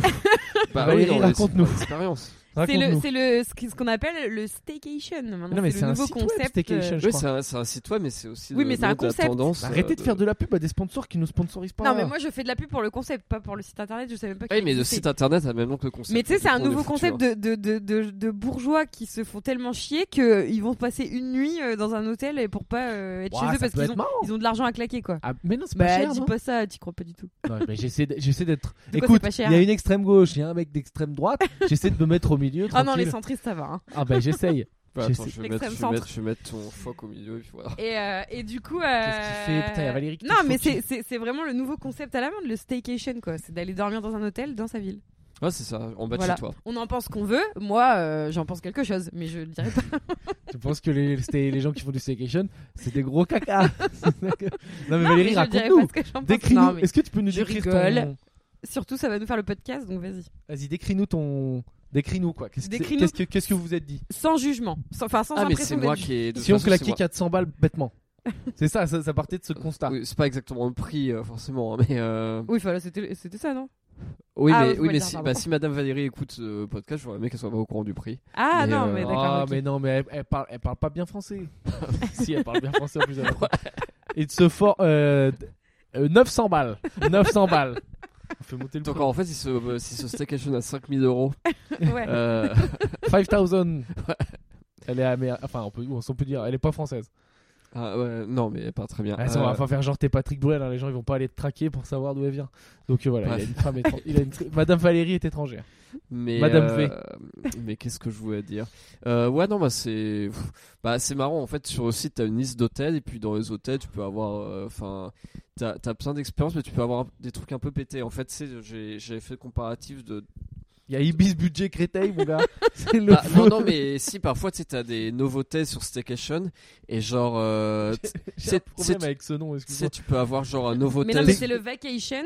Bah
Valérie,
oui, non, mais
raconte-nous.
c'est pas l'expérience.
C'est le,
Raconte-nous.
c'est le, ce qui- ce qu'on appelle le staycation. Maintenant,
Non, mais
c'est
c'est
le
un
nouveau
site web,
concept.
staycation,
euh,
je
Oui,
crois.
c'est un, c'est un site web, mais c'est aussi.
Oui,
le
mais c'est un
nom de la
concept.
tendance.
Bah,
euh,
Arrêtez de faire de la pub à des sponsors qui nous sponsorisent pas.
euh, Non, mais moi, je fais de la pub pour le concept, pas pour le site internet. Je savais pas.
Oui,
qu'il
mais le
existait.
site internet a même nom que le concept.
Mais tu sais, c'est
donc
un
on est
nouveau
foutu,
concept de,
hein.
de, de, de, de bourgeois qui se font tellement chier qu'ils vont passer une nuit euh, dans un hôtel et pour pas euh, être
Ouah,
chez
ça
eux parce
peut
qu'ils
être
ont,
marrant.
ils ont de l'argent à claquer quoi.
Ah, mais non, c'est pas
Bah,
cher.
dis
non
pas ça, t'y crois pas du tout.
Non, mais j'essaie de- j'essaie d'être.
De quoi
Écoute,
c'est pas cher
il y a une extrême gauche, il y a un mec d'extrême droite. J'essaie de me mettre au milieu.
Ah non, les
tranquille.
centristes, ça va. hein.
Ah bah j'essaye.
Bah,
Je
attends,
sais.
je vais,
L'extrême
mettre, je, vais
centre.
mettre, je vais mettre ton phoque au milieu et puis voilà.
Et, euh, et du coup.
Qu'est-ce qu'il
euh,
fait Putain, il y a Valérie qui
Non,
touche
mais
son
c'est-
pied.
c'est c'est vraiment le nouveau concept à la mode, le staycation, quoi. C'est d'aller dormir dans un hôtel dans sa ville.
Ouais, c'est ça, en bas
Voilà.
de chez toi.
On en pense qu'on veut. Moi, euh, j'en pense quelque chose, mais je le dirais pas.
Je pense que les, c'était les gens qui font du staycation, c'est des gros caca. non mais
Non, mais
Valérie,
je le dirais
raconte-nous.
pas ce que j'en pense. Non,
Décris-nous.
mais
Est-ce que tu peux nous
je
décrire
rigole.
ton...
Surtout, ça va nous faire le podcast, donc vas-y.
Vas-y, décris-nous ton. Décris-nous quoi. Qu'est-ce que,
Décris-nous.
qu'est-ce que, qu'est-ce que vous vous êtes dit
Sans jugement. Sans- Enfin, sans
Ah, mais c'est
impression
moi
d'être
qui ai. de
Si on
toute façon, c'est
claquait
moi.
400 balles bêtement. c'est ça, ça, ça partait de ce constat.
Oui, c'est pas exactement le prix, euh, forcément, mais. euh,
Oui, voilà, c'était c'était ça, non
Oui,
Ah, oui,
mais,
faut
oui,
pas
mais
le dire,
si,
pardon.
bah, si Madame Valérie écoute ce podcast, j'aurais aimé qu'elle soit pas au courant du prix.
Ah
Mais,
non,
euh,
mais d'accord.
Ah,
ok.
mais non, mais elle, elle parle, elle parle pas bien français. si, elle parle bien français en plus. elle apprend. Et de ce fort. euh, d- euh, 900 balles. 900 balles. On fait monter le
Donc
prix.
en fait, si ce, euh, si ce staycation à 5000 euros,
Ouais.
euh,
5000. Elle est amère. Enfin, on peut, on peut dire, elle est pas française.
ah, ouais, non, mais pas très bien.
Ah, ça, on
Euh,
va pas faire genre t'es Patrick Bruel, hein, les gens ils vont pas aller te traquer pour savoir d'où elle vient. Donc euh, voilà, il a
Bref.
une femme étran- il a une- Madame Valérie est étrangère.
Mais,
Madame
euh, mais qu'est-ce que je voulais dire Euh, Ouais, non, bah c'est, pff, bah c'est marrant. En fait, sur le site, t'as une liste d'hôtels et puis dans les hôtels, tu peux avoir, euh, enfin, t'as t'as plein d'expériences, mais tu peux avoir des trucs un peu pétés. En fait, c'est, j'ai j'avais fait le comparatif de.
Il y a Ibis Budget Créteil, mon gars. C'est le
Bah, non,
feu.
non, mais si parfois, tu sais, t'as des nouveautés sur Staycation et genre, euh, tu
J'ai
c'est-
un problème
c'est-
avec ce nom,
sais,
excuse-moi.
tu peux avoir genre un
Mais non, mais
nouveauté.
c'est le vacation,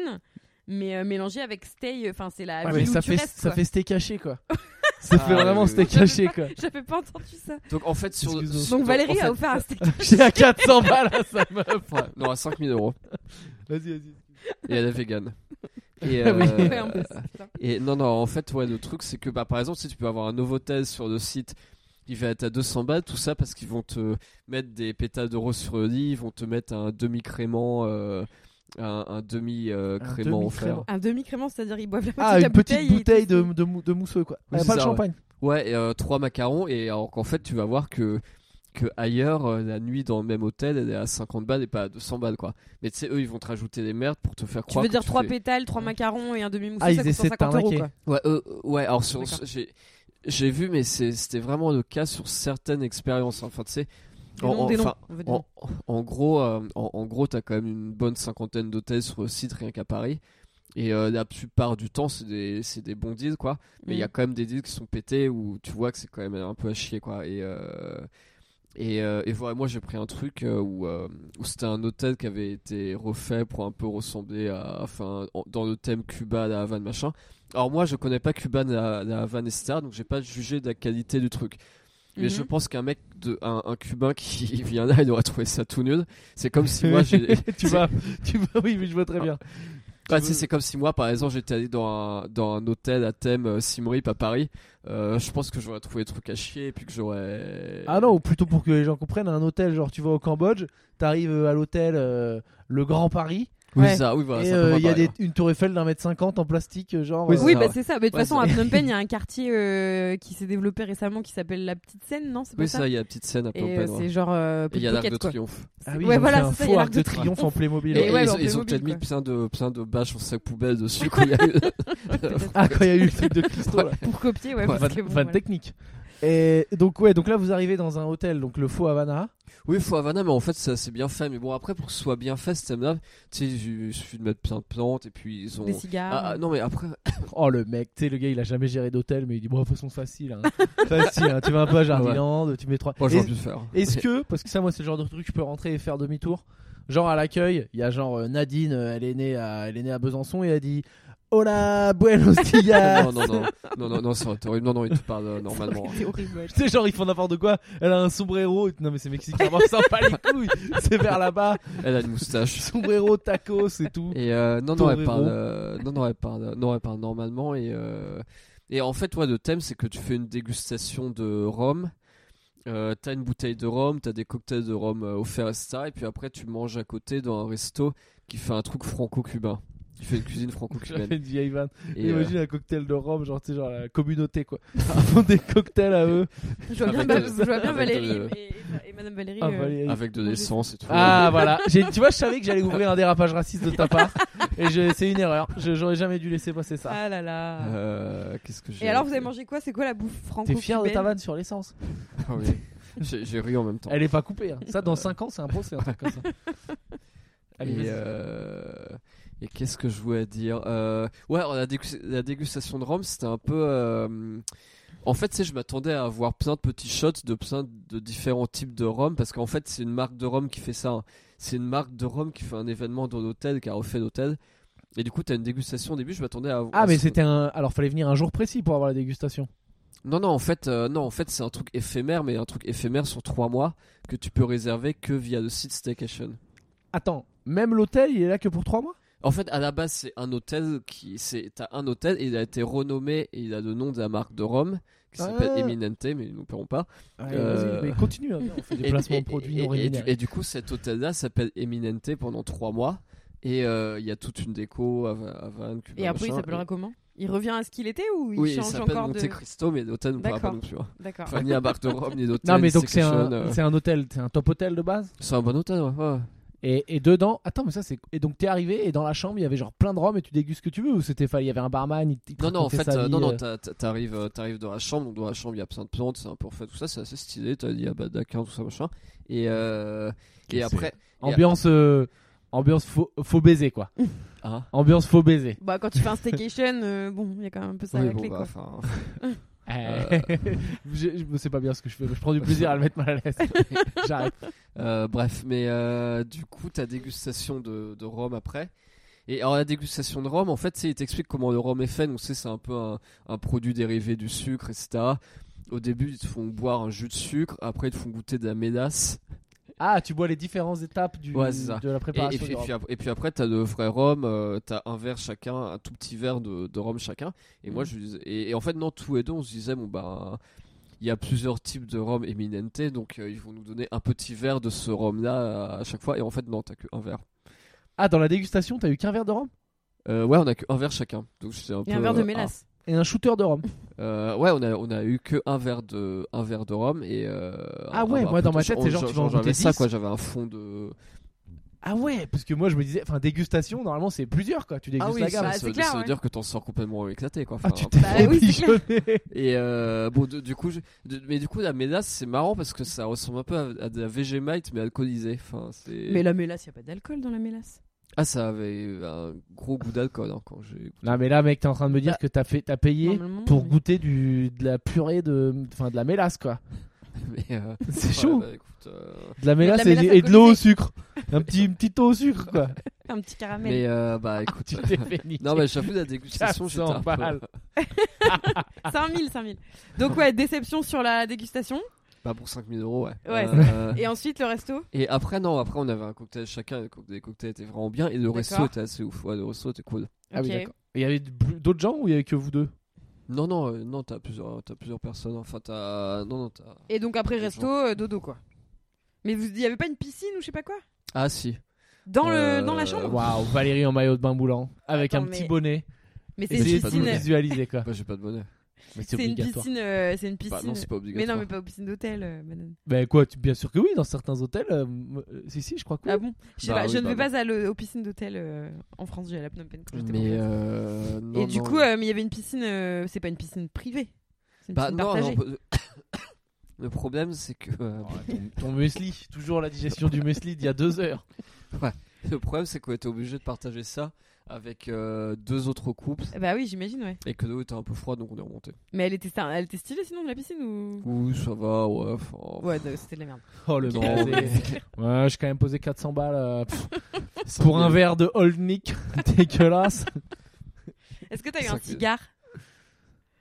mais euh, mélangé avec stay. Enfin, c'est la
Ouais,
ville
Ah, mais
où
ça
tu
fait,
restes,
ça
quoi.
fait steak caché quoi. ça fait
Ah,
vraiment
oui, oui.
steak caché quoi.
J'avais pas entendu ça.
Donc en fait, sur,
Excuse-moi.
sur-
Donc Valérie
en fait-
a offert un steak.
J'ai à 400 balles à sa meuf.
Ouais, non, à 5000 euros
Vas-y, vas-y.
et elle est vegan. Et,
Ah oui.
euh,
Ouais, en plus, putain.
Et non, non, en fait, ouais, le truc, c'est que bah, par exemple, si tu peux avoir un Novotel sur le site, il va être à 200 balles, tout ça parce qu'ils vont te mettre des pétales d'euros sur le lit, ils vont te mettre un demi-crément, euh, un, un euh, demi-crément offert.
demi-crément.
Un demi-crément, c'est-à-dire ils boivent la moitié
Ah,
de la
une petite
bouteille. et-
bouteille de, de, mou- de mousseux quoi.
Oui,
Ah,
c'est
pas de
ça,
champagne.
Ouais, et, euh, trois macarons, et alors qu'en fait, tu vas voir que, que ailleurs, euh, la nuit dans le même hôtel, elle est à 50 balles et pas à 200 balles, quoi. Mais tu sais, eux, ils vont te rajouter des merdes pour te faire
Tu
croire.
veux
que
dire trois
fais-
pétales, trois macarons et un demi-mousse,
Ah,
ça
ils
coûte
essaient de
150 euros,
t'arnaquer.
quoi.
Ouais, euh, euh, ouais, alors sur,
D'accord.
j'ai, j'ai vu, mais c'est, c'était vraiment le cas sur certaines expériences. hein. Enfin, tu sais,
Des
en-
noms, des noms,
enfin,
on veut dire.
en, en gros, euh, en, en gros, t'as quand même une bonne cinquantaine d'hôtels sur le site rien qu'à Paris. Et euh, la plupart du temps, c'est des, c'est des bons deals, quoi. Mais il y a
Mm.
quand même des deals qui sont pétés où tu vois que c'est quand même un peu à chier, quoi. Et, euh, et, euh, et voilà, moi j'ai pris un truc euh, où, euh, où c'était un hôtel qui avait été refait pour un peu ressembler à. Enfin, en- dans le thème Cuba, la Havane, machin. Alors moi, je connais pas Cuba, la, la Havane, etc. Donc j'ai pas jugé de la qualité du truc. Mais
Mhm.
je pense qu'un mec, de, un, un cubain qui vient là, il aurait trouvé ça tout nul. C'est comme si moi, j'ai.
tu vas, tu vas, oui, mais je vois très bien.
Ah,
veux-
tu sais, c'est comme si moi, par exemple, j'étais allé dans un, dans un hôtel à thème euh, Siem Reap à Paris. Euh, je pense que j'aurais trouvé des trucs à chier et puis que j'aurais.
Ah non, ou plutôt pour que les gens comprennent, un hôtel, genre tu vas au Cambodge, t'arrives euh, à l'hôtel euh, Le Grand Paris,
Oui,
Ouais.
ça, oui, voilà.
et
ça
euh,
peut
il y a
pas
des,
pareil. hein.
une tour Eiffel d'un mètre cinquante en plastique, euh, genre.
Oui,
euh,
Oui,
ça,
bah
ouais.
c'est ça. Mais de toute
Ouais,
façon,
ça-
à Phnom Penh, il y a un quartier euh, qui s'est développé récemment qui s'appelle la Petite Seine, non C'est pas
hein. Oui,
ça
ça, il y a la petite scène à
Et
Phnom
euh,
Penh, ouais.
c'est genre. euh,
Et il y a l'Arc
pickpocket,
de
quoi.
Triomphe.
Ah oui,
Ouais,
ils ont
voilà,
fait un
c'est ça, il y a
faux
l'Arc
arc
de
de triomphe en Playmobil.
Et,
ouais,
et
leur
ils, ont- ils
Playmobil,
ont peut-être mis
quoi.
plein de, plein de bâches en sac poubelle dessus quand il y a eu.
Ah, quand il y a eu le truc de Christo, là.
Pour copier, ouais.
Van,
parce que bon,
van
voilà.
technique. Et donc, ouais, donc là, vous arrivez dans un hôtel, donc le faux Havana.
Oui, faut Havana, mais en fait, ça c'est bien fait. Mais bon, après, pour que ce soit bien fait, ce thème-là, tu sais, il suffit de mettre plein de plantes et puis ils ont.
Des cigares.
Ah, ah, non, mais après,
Oh, le mec, tu sais, le gars, il a jamais géré d'hôtel, mais il dit, bon, de toute façon, facile. hein. facile, hein. tu vas un peu à Jardiland, tu mets trois.
moi
Et-
j'aurais pu le faire.
Est-ce que, parce que ça, moi, c'est le genre de truc, je peux rentrer et faire demi-tour. Genre à l'accueil, il y a genre euh, Nadine, euh, elle est née à, elle est née à Besançon et elle dit Hola, buenos dias.
Non, non, non, non, non, non, ça aurait été horrible. Non, non, il te parle euh, normalement.
C'est horrible, ouais.
Tu sais, genre, ils font n'importe quoi. Elle a un sombrero. Non, mais c'est mexicain, on s'en bat les couilles. C'est vers là-bas.
Elle a une moustache.
Sombrero, tacos et tout.
Et euh, non, non, elle
Torero.
parle, euh, non, non, elle parle, non, elle parle normalement. Et, euh, et en fait, ouais, le thème, c'est que tu fais une dégustation de rhum. Euh, t'as une bouteille de rhum, t'as des cocktails de rhum euh, offerts, etc. Et puis après, tu manges à côté dans un resto qui fait un truc franco-cubain. Tu fais une cuisine
J'avais
franco-cubaine.
une vieille vanne.
Et, euh,
Imagine un cocktail de Rome, genre, tu sais, genre la communauté, quoi. Ils font des cocktails à eux.
Je vois bien,
Avec
bah,
de-
je vois bien
avec
Valérie
de-
et, et- et Madame Valérie.
Ah,
euh,
Valérie.
avec de l'essence et tout.
Ah, voilà. J'ai- Tu vois, je savais que j'allais ouvrir un dérapage raciste de ta part. Et je- c'est une erreur. Je- J'aurais jamais dû laisser passer ça.
Ah là là.
Euh, Qu'est-ce que j'ai
et alors, vous avez mangé quoi C'est quoi la bouffe franco
T'es fier de ta vanne sur l'essence.
Ah oui. J'ai j'ai ri en même temps.
Elle est pas coupée. hein. Ça, dans 5 ans, c'est un procès, un truc comme ça. Allez,
et
vas-y.
euh, et qu'est-ce que je voulais dire Euh, Ouais, alors, la, dégus- la dégustation de rhum, c'était un peu. euh, En fait, tu sais, je m'attendais à avoir plein de petits shots de plein de différents types de rhum, parce qu'en fait, c'est une marque de rhum qui fait ça. hein. C'est une marque de rhum qui fait un événement dans l'hôtel, qui a refait l'hôtel. Et du coup, t'as une dégustation au début, je m'attendais à.
Ah,
à
mais
ce-
c'était un. Alors, fallait venir un jour précis pour avoir la dégustation.
Non, non, en fait, euh, non, en fait, c'est un truc éphémère, mais un truc éphémère sur trois mois que tu peux réserver que via le site Staycation.
Attends, même l'hôtel, il est là que pour 3 mois
En fait, à la base, c'est un hôtel qui, c'est, t'as un hôtel et il a été renommé et il a le nom de la marque de Rome qui s'appelle
Ah.
Eminente, mais nous ne pourrons pas.
Vas-y, mais continue. hein. On fait des
Et-
placements
et-
de produits
et-
non
et, du,
rémunérés.
et du coup, cet hôtel-là s'appelle Eminente pendant trois mois et euh, il y a toute une déco à, Va- à Havane, Cuba,
Et après, il
machin.
s'appellera comment Il revient à ce qu'il était ou il
Oui, il
change
s'appelle
encore
Monte
de.
Cristo, mais l'hôtel ne pourra pas
D'accord.
non plus. hein.
D'accord.
Enfin, ni la marque de Rome, ni l'hôtel.
Ah. Non, mais
ni
donc c'est
Staycation,
un,
euh,
c'est un hôtel, c'est un top hôtel de base.
c'est un bon hôtel, ouais. ouais.
Et, et dedans, attends, mais ça c'est. Et donc t'es arrivé et dans la chambre il y avait genre plein de rhum et tu dégustes ce que tu veux ou c'était. fa- Il y avait un barman, il, il te
Non, non, en
racontait
fait,
sa
euh,
vie,
non, non,
euh.
t'as- t'as- t'arrives, euh, t'arrives dans la chambre, donc dans la chambre, il y a plein de plantes, c'est un peu fait tout ça, c'est assez stylé, t'as dit, ah bah d'accord, tout ça, machin. Et, euh, et
C'est-
après.
Ambiance, euh, ambiance faux, faux baiser quoi.
Ah.
Ambiance faux baiser.
Bah, quand tu fais un staycation, euh, bon, il y a quand même un peu ça à
Oui,
la
bon,
clé,
bah,
quoi.
enfin,
Euh, je, je sais pas bien ce que je fais, mais je prends du plaisir à le mettre mal à l'aise. J'arrête.
euh, bref, mais euh, du coup, t'as dégustation de, de rhum après. Et alors, la dégustation de rhum, en fait, c'est- il t'explique comment le rhum est fait, donc c'est c'est un peu un, un produit dérivé du sucre, etc. Au début, ils te font boire un jus de sucre, après, ils te font goûter de la mélasse.
Ah, tu bois les différentes étapes du,
Ouais, c'est ça.
de la
Et, et
préparation.
puis,
du
et
rhum.
puis ap- et puis après, t'as de vrais rhum, euh, t'as un verre chacun, un tout petit verre de, de rhum chacun. Et moi,
Mhm.
je disais- et, et en fait, non, tous les deux, on se disait, bon, bah, il y a plusieurs types de rhum éminente, donc euh, ils vont nous donner un petit verre de ce rhum-là à, à chaque fois. Et en fait, non, t'as qu'un verre.
Ah, dans la dégustation, t'as eu qu'un verre de rhum
Euh, ouais, on a qu'un verre chacun. Donc, c'est un
Il y
peu.
a un verre de
euh,
mélasse.
et un shooter de rhum.
ah. Euh, ouais, on a, on a eu que un verre de, un verre de rhum. Et, euh,
Ah
un-
ouais,
un
moi, dans ma
plutôt-
tête, c'est genre, tu vas en
J'avais
goûter
ça,
10.
quoi. J'avais un fond de.
Ah ouais, parce que moi je me disais, enfin dégustation, normalement c'est plusieurs quoi. Tu dégustes
Ah oui,
la
ça,
gamme.
Bah,
ça
c'est
veut-
clair,
ça veut
ouais.
dire que t'en sors complètement éclaté, quoi.
Ah,
Enfin,
tu
un
t'es
Bah
fait
oui, c'est clair.
pigeonner.
Et euh, bon, du, du coup, je- de- mais du coup, la mélasse, c'est marrant parce que ça ressemble un peu à, à de la Vegemite mais alcoolisée. Enfin, c'est.
Mais la mélasse, il n'y a pas d'alcool dans la mélasse.
Ah, ça avait un gros goût d'alcool hein, quand j'ai.
Non mais là mec, t'es en train de me dire
Bah,
que t'as fait, t'as payé
Normalement,
pour
mais-
goûter du, de la purée de, enfin de la mélasse quoi.
Mais euh,
C'est
ouais,
chaud.
bah, écoute, euh,
De la mélasse,
mélasse
et, et de l'eau au
alcoolisée.
sucre. Un petit, une petite eau au sucre quoi.
Un petit caramel.
Mais euh, bah écoute.
tu t'es fait niquer.
non, mais j'avoue, la dégustation, j'étais un
400 Ah, balles.
peu.
5000, 5000. Donc, ouais, déception sur la dégustation.
Pas bah, pour 5000 euros, ouais.
Ouais.
Euh,
Et ensuite, le resto
et après, non, après, on avait un cocktail chacun. les co- Les cocktails étaient vraiment bien. Et le resto
D'accord.
était assez ouf. Ouais, le resto était cool.
Ah oui,
Ok.
d'accord. Et Il y avait d'autres gens ou il y avait que vous deux
Non, non, euh, non, t'as plusieurs, t'as plusieurs personnes. Enfin, t'as. Non, non, t'as.
Et donc, après
Les
resto,
gens.
euh, dodo, quoi. Mais vous- il n'y avait pas une piscine ou je sais pas quoi
Ah, si.
dans,
Euh,
le, dans la chambre
Waouh, Valérie en maillot de bain boulant avec
Attends,
un petit
mais-
bonnet.
Mais c'est
Essayez
une
de
pas
vous
piscine.
visualiser quoi.
Bah, j'ai pas de bonnet.
Mais c'est
C'est une
obligatoire.
piscine. euh, c'est une
Bah,
piscine.
non, c'est pas
mais
obligatoire.
non, mais pas piscine d'hôtel, euh, madame.
Ben quoi, tu- bien sûr que oui, dans certains hôtels. euh, m- euh, si, si, je crois que oui.
Ah bon Je sais
Bah
pas,
oui,
je ne
bah
vais pas à le- aux piscines d'hôtel euh, en France, j'ai à la Phnom Penh quand j'étais
Mais
pas en France.
euh, non,
Et du
non.
coup, euh, mais il y avait une piscine, euh, c'est pas une piscine privée. C'est une
bah,
piscine
non,
partagée.
non, le problème c'est que euh,
Ah
Oh, ton, ton muesli, toujours la digestion du muesli d'il y a deux heures.
le problème c'est qu'on était obligé de partager ça avec euh, deux autres couples
Bah oui, j'imagine, ouais.
et que l'eau était un peu froide donc on est remonté.
Mais elle était, elle était stylée sinon de la piscine ou
Ouh, ça va, ouais. enfin,
Ouais, de- c'était de la merde.
Oh le
non,
bordel.
mais-
Ouais, j'ai quand même posé 400 balles euh, pff, pour un verre de Old Nick dégueulasse.
Est-ce que t'as eu
C'est
un
vrai que-
cigare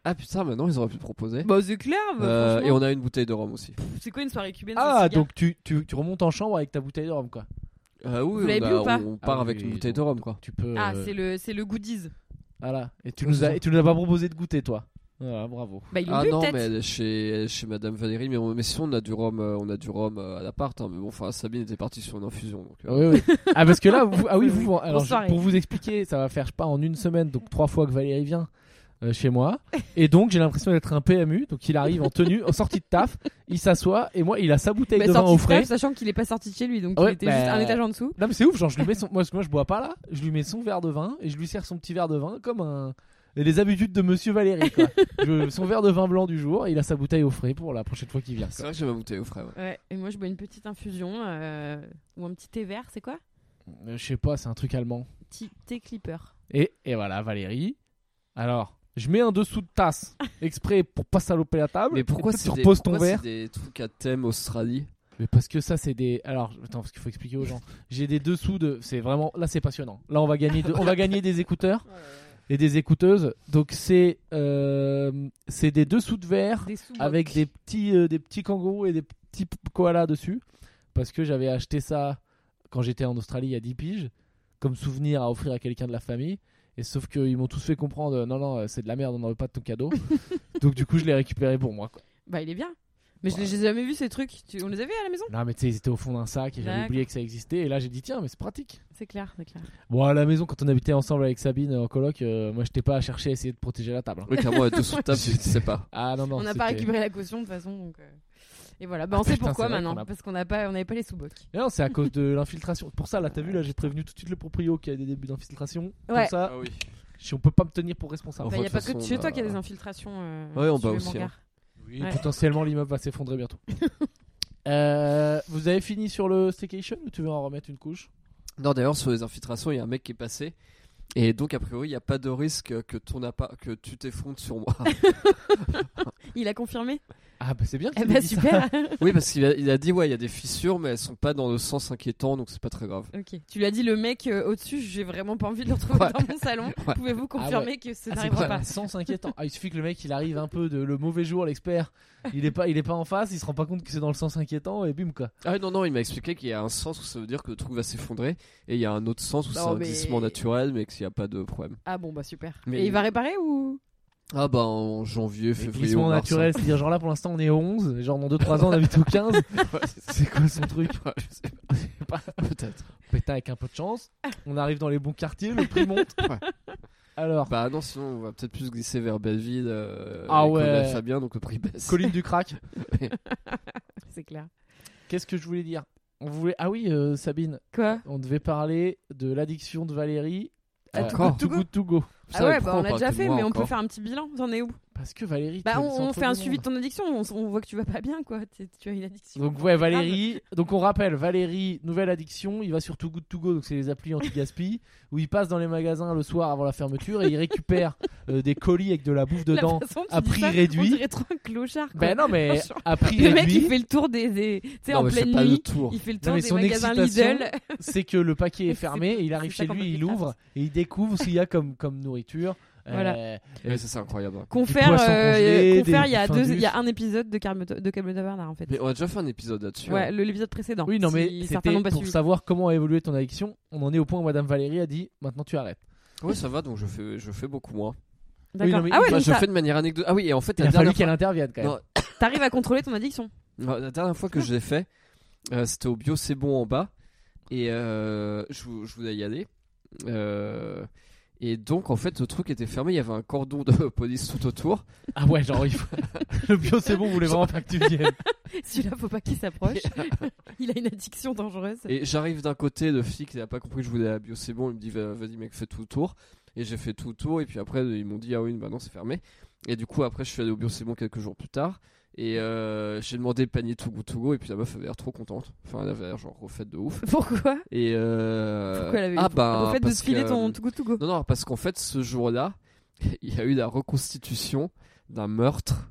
Ah putain, maintenant ils auraient pu proposer.
Bah c'est clair. bah,
Euh, et
franchement,
on a une bouteille de rhum aussi.
C'est quoi une soirée cubaine sans
Ah,
cigare
donc tu, tu, tu remontes en chambre avec ta bouteille de rhum quoi.
Euh, oui,
l'avez
on, a-
bu ou pas
on part
Ah
avec
oui,
une bouteille de rhum quoi.
Tu peux.
Ah,
euh,
c'est le, c'est le goodies.
Voilà. Et tu nous as, et tu nous as pas proposé de goûter toi. Voilà, bravo.
Bah, ils l'ont
Ah
plus,
non,
peut-être.
mais elle est chez, elle est chez Madame Valérie, mais, on, mais si on a du rhum, euh, on a du rhum euh, à l'appart, hein, mais bon, enfin, Sabine était partie sur une infusion. Donc, euh,
Oui, oui. ah parce que là, vous- ah oui,
C'est
vous,
bon.
alors,
Grosse
je-
soirée.
pour vous expliquer, ça va faire je sais pas en une semaine, donc trois fois que Valérie vient euh, chez moi, et donc j'ai l'impression d'être un PMU, donc il arrive en tenue, en sortie de taf, il s'assoit et moi il a sa bouteille
Bah,
de vin
sorti
au
de taf,
frais.
sachant qu'il est pas sorti de chez lui, donc
Ouais,
il était
bah,
juste un étage en dessous.
Non mais c'est ouf, genre je lui mets son, moi, moi je bois pas là, je lui mets son verre de vin et je lui sers son petit verre de vin comme un et les habitudes de Monsieur Valérie. Quoi. Je- son verre de vin blanc du jour, et il a sa bouteille au frais pour la prochaine fois qu'il vient.
c'est vrai que j'ai ma bouteille au frais. ouais.
Ouais, et moi je bois une petite infusion euh, ou un petit thé vert, c'est quoi
quoi. Euh, Je sais pas, c'est un truc allemand.
Petit thé clipper.
Et, et voilà, Valérie. Alors, je mets un dessous de tasse exprès pour pas saloper la table.
Mais pourquoi
Et toi,
c'est
tu
des,
reposes ton
pourquoi c'est
verre
des trucs à thème Australie
Mais parce que ça, c'est des. Alors, attends, parce qu'il faut expliquer aux gens. J'ai des dessous de. C'est vraiment. Là, c'est passionnant. Là, on va gagner, de- on va gagner des écouteurs et des écouteuses. Donc, c'est euh, c'est des dessous de verre
Des sous
avec des petits, euh, des petits kangourous et des petits p- koalas dessus. Parce que j'avais acheté ça quand j'étais en Australie à 10 piges, comme souvenir à offrir à quelqu'un de la famille. Et sauf qu'ils m'ont tous fait comprendre, euh, non, non, euh, c'est de la merde, on n'en veut pas de ton cadeau. Donc du coup, je l'ai récupéré pour moi. quoi.
Bah, il est bien. Mais je n'ai jamais vu ces trucs. Tu- On les avait à la maison
Non, mais tu sais, ils étaient au fond d'un sac et j'avais
D'accord.
oublié que ça existait. Et là, j'ai dit, tiens, mais c'est pratique.
C'est clair, c'est clair.
Bon, à la maison, quand on habitait ensemble avec Sabine euh, en coloc, euh, moi, j'étais pas à chercher à essayer de protéger la table. hein.
Oui, clairement, être sous table, je
J'étais-
sais pas.
Ah non, non.
on n'a
c'était-
pas récupéré la caution de toute façon, donc. euh, Et voilà, bah,
Ah,
on sait
putain,
pourquoi
c'est vrai
maintenant,
qu'on a-
parce qu'on n'a pas, on n'avait pas les sous-bocs.
Mais Non, c'est à cause de l'infiltration. Pour ça, là, t'as vu, là, j'ai prévenu tout de suite le proprio qui a des débuts d'infiltration. Comme
Ouais.
ça,
Ah oui.
si on peut pas me tenir pour responsable.
Il
Enfin,
n'y
de
a pas
toute
que
façon,
chez toi
là-
qu'il y a des infiltrations. euh,
Ouais, on
sur
bat
le
aussi,
manga.
hein.
Oui,
Ouais.
potentiellement l'immeuble va s'effondrer bientôt. Euh, vous avez fini sur le staycation ou tu veux en remettre une couche
Non, d'ailleurs, sur les infiltrations, il y a un mec qui est passé. Et donc, a priori, il n'y a pas de risque que, ton appa- que tu t'effrontes sur moi.
Il a confirmé
Ah bah c'est bien. que
Eh
tu
bah,
m'aies dit ça.
super
oui, parce qu'il a, il a dit, ouais, il y a des fissures, mais elles sont pas dans le sens inquiétant, donc c'est pas très grave.
Ok. Tu lui as dit le mec euh, au-dessus, j'ai vraiment pas envie de le retrouver
Ouais.
dans mon salon.
Ouais.
Pouvez-vous
ouais.
confirmer que
Ah,
ça
c'est
n'arrivera
quoi,
pas
un sens inquiétant. Ah, il suffit que le mec il arrive un peu de le mauvais jour, l'expert. Il est pas, il est pas en face, il se rend pas compte que c'est dans le sens inquiétant et bim quoi.
Ah non, non, il m'a expliqué qu'il y a un sens où ça veut dire que le truc va s'effondrer, et il y a un autre sens où c'est
Non,
un
mais-
glissement naturel, mais qu'il n'y a pas de problème.
Ah bon, bah super.
Mais-
Et il va réparer ou
Ah bah, en janvier,
Le
février, ou
glissement
mars, hein.
naturel, c'est dire genre là pour l'instant on est au 11, et genre dans 2-3 ans on habite au 15.
hein. Ouais, c'est-
C'est quoi son truc
ouais, je sais pas,
Je sais pas.
Peut-être.
Pétain avec un peu de chance, on arrive dans les bons quartiers, le prix monte.
Ouais.
Alors,
Bah non, sinon on va peut-être plus glisser vers Belleville. Euh,
Ah
et qu'on
ouais.
a Fabien, donc le prix baisse.
colline du crack.
C'est clair.
Qu'est-ce que je voulais dire On voulait ah oui euh, Sabine,
Quoi
on devait parler de l'addiction de Valérie
Ah,
à
Too
Too
Good
Good To Go
Putain,
Ah ouais,
mais
bah
pourquoi
on l'a
parle
déjà
que de
fait,
moi
mais on peut
hein, encore
faire un petit bilan. T'en es où
parce que Valérie
Bah
t'es
on,
le centre
on fait un
du
suivi de
monde.
ton addiction. On, s- on voit que tu vas pas bien, quoi. T'es- Tu as une addiction.
Donc ouais Valérie, donc on rappelle Valérie nouvelle addiction, il va sur Too Good To Go donc c'est les applis anti gaspille où il passe dans les magasins le soir avant la fermeture et il récupère euh, des colis avec de la bouffe
La
dedans.
façon dont tu
à
dis
prix
ça,
réduit.
On dirait trop un clochard. Quoi.
Ben non mais
Franchement,
à prix
le mec il
réduit,
fait le tour des, des tu sais
Non,
en
mais je fais
pleine
pas le
nuit.
tour.
Il fait le
Non,
tour
mais
des
son
magasins
excitation,
Lidl.
c'est que le paquet est
C'est-
fermé, et il arrive
c'est
chez
ça qu'on
lui, il
peut faire.
ouvre et il découvre ce qu'il y a comme comme nourriture.
Voilà.
Euh,
Ouais, ça c'est incroyable. hein.
Confère,
poisson
euh,
congelé,
confère,
des
il y a
fins
deux,
d'us.
il y a un épisode de Calme, de Calme ta Bernard, en fait.
Mais on a déjà fait un épisode là-dessus.
Ouais,
hein.
le- l'épisode précédent.
Oui, non, mais
si certains
c'était
n'ont pas
pour
suivi.
savoir comment a évolué ton addiction. On en est au point où Madame Valérie a dit maintenant tu arrêtes.
Ouais, ça va, donc je fais, je fais beaucoup moins.
D'accord.
non, mais
ah ouais,
Bah,
donc
je
t'as-
fais de manière anecdotique. Ah oui, et en fait,
Il
la
a fallu
dernière,
qu'elle intervienne quand même.
Non.
t'arrives à contrôler ton addiction.
fois, la dernière fois que je l'ai fait, euh, c'était au bio C'est bon en bas. Et euh, je, vou- je voulais y aller. Euh, et donc, en fait, le truc était fermé. Il y avait un cordon de police tout autour.
Ah ouais, genre il faut- le bio c'est bon, vous voulez vraiment pas que tu viennes.
Celui-là, faut pas qu'il s'approche. il a une addiction dangereuse.
Et j'arrive d'un côté, le flic il a pas compris que je voulais aller à la bio, c'est bon, il me dit Va- vas-y mec fais tout le tour. Et j'ai fait tout le tour et puis après ils m'ont dit ah oui bah non c'est fermé. Et du coup après je suis allé au bio c'est bon quelques jours plus tard et euh, j'ai demandé le panier Togo Togo et puis la meuf avait l'air trop contente. Enfin elle avait l'air genre refaite de ouf.
Pourquoi
Et euh,
Pourquoi elle avait
ah bah
Au fait de
parce
se filer
que-
euh,
ton to go to go.
non non parce qu'en fait ce jour-là il y a eu la reconstitution d'un meurtre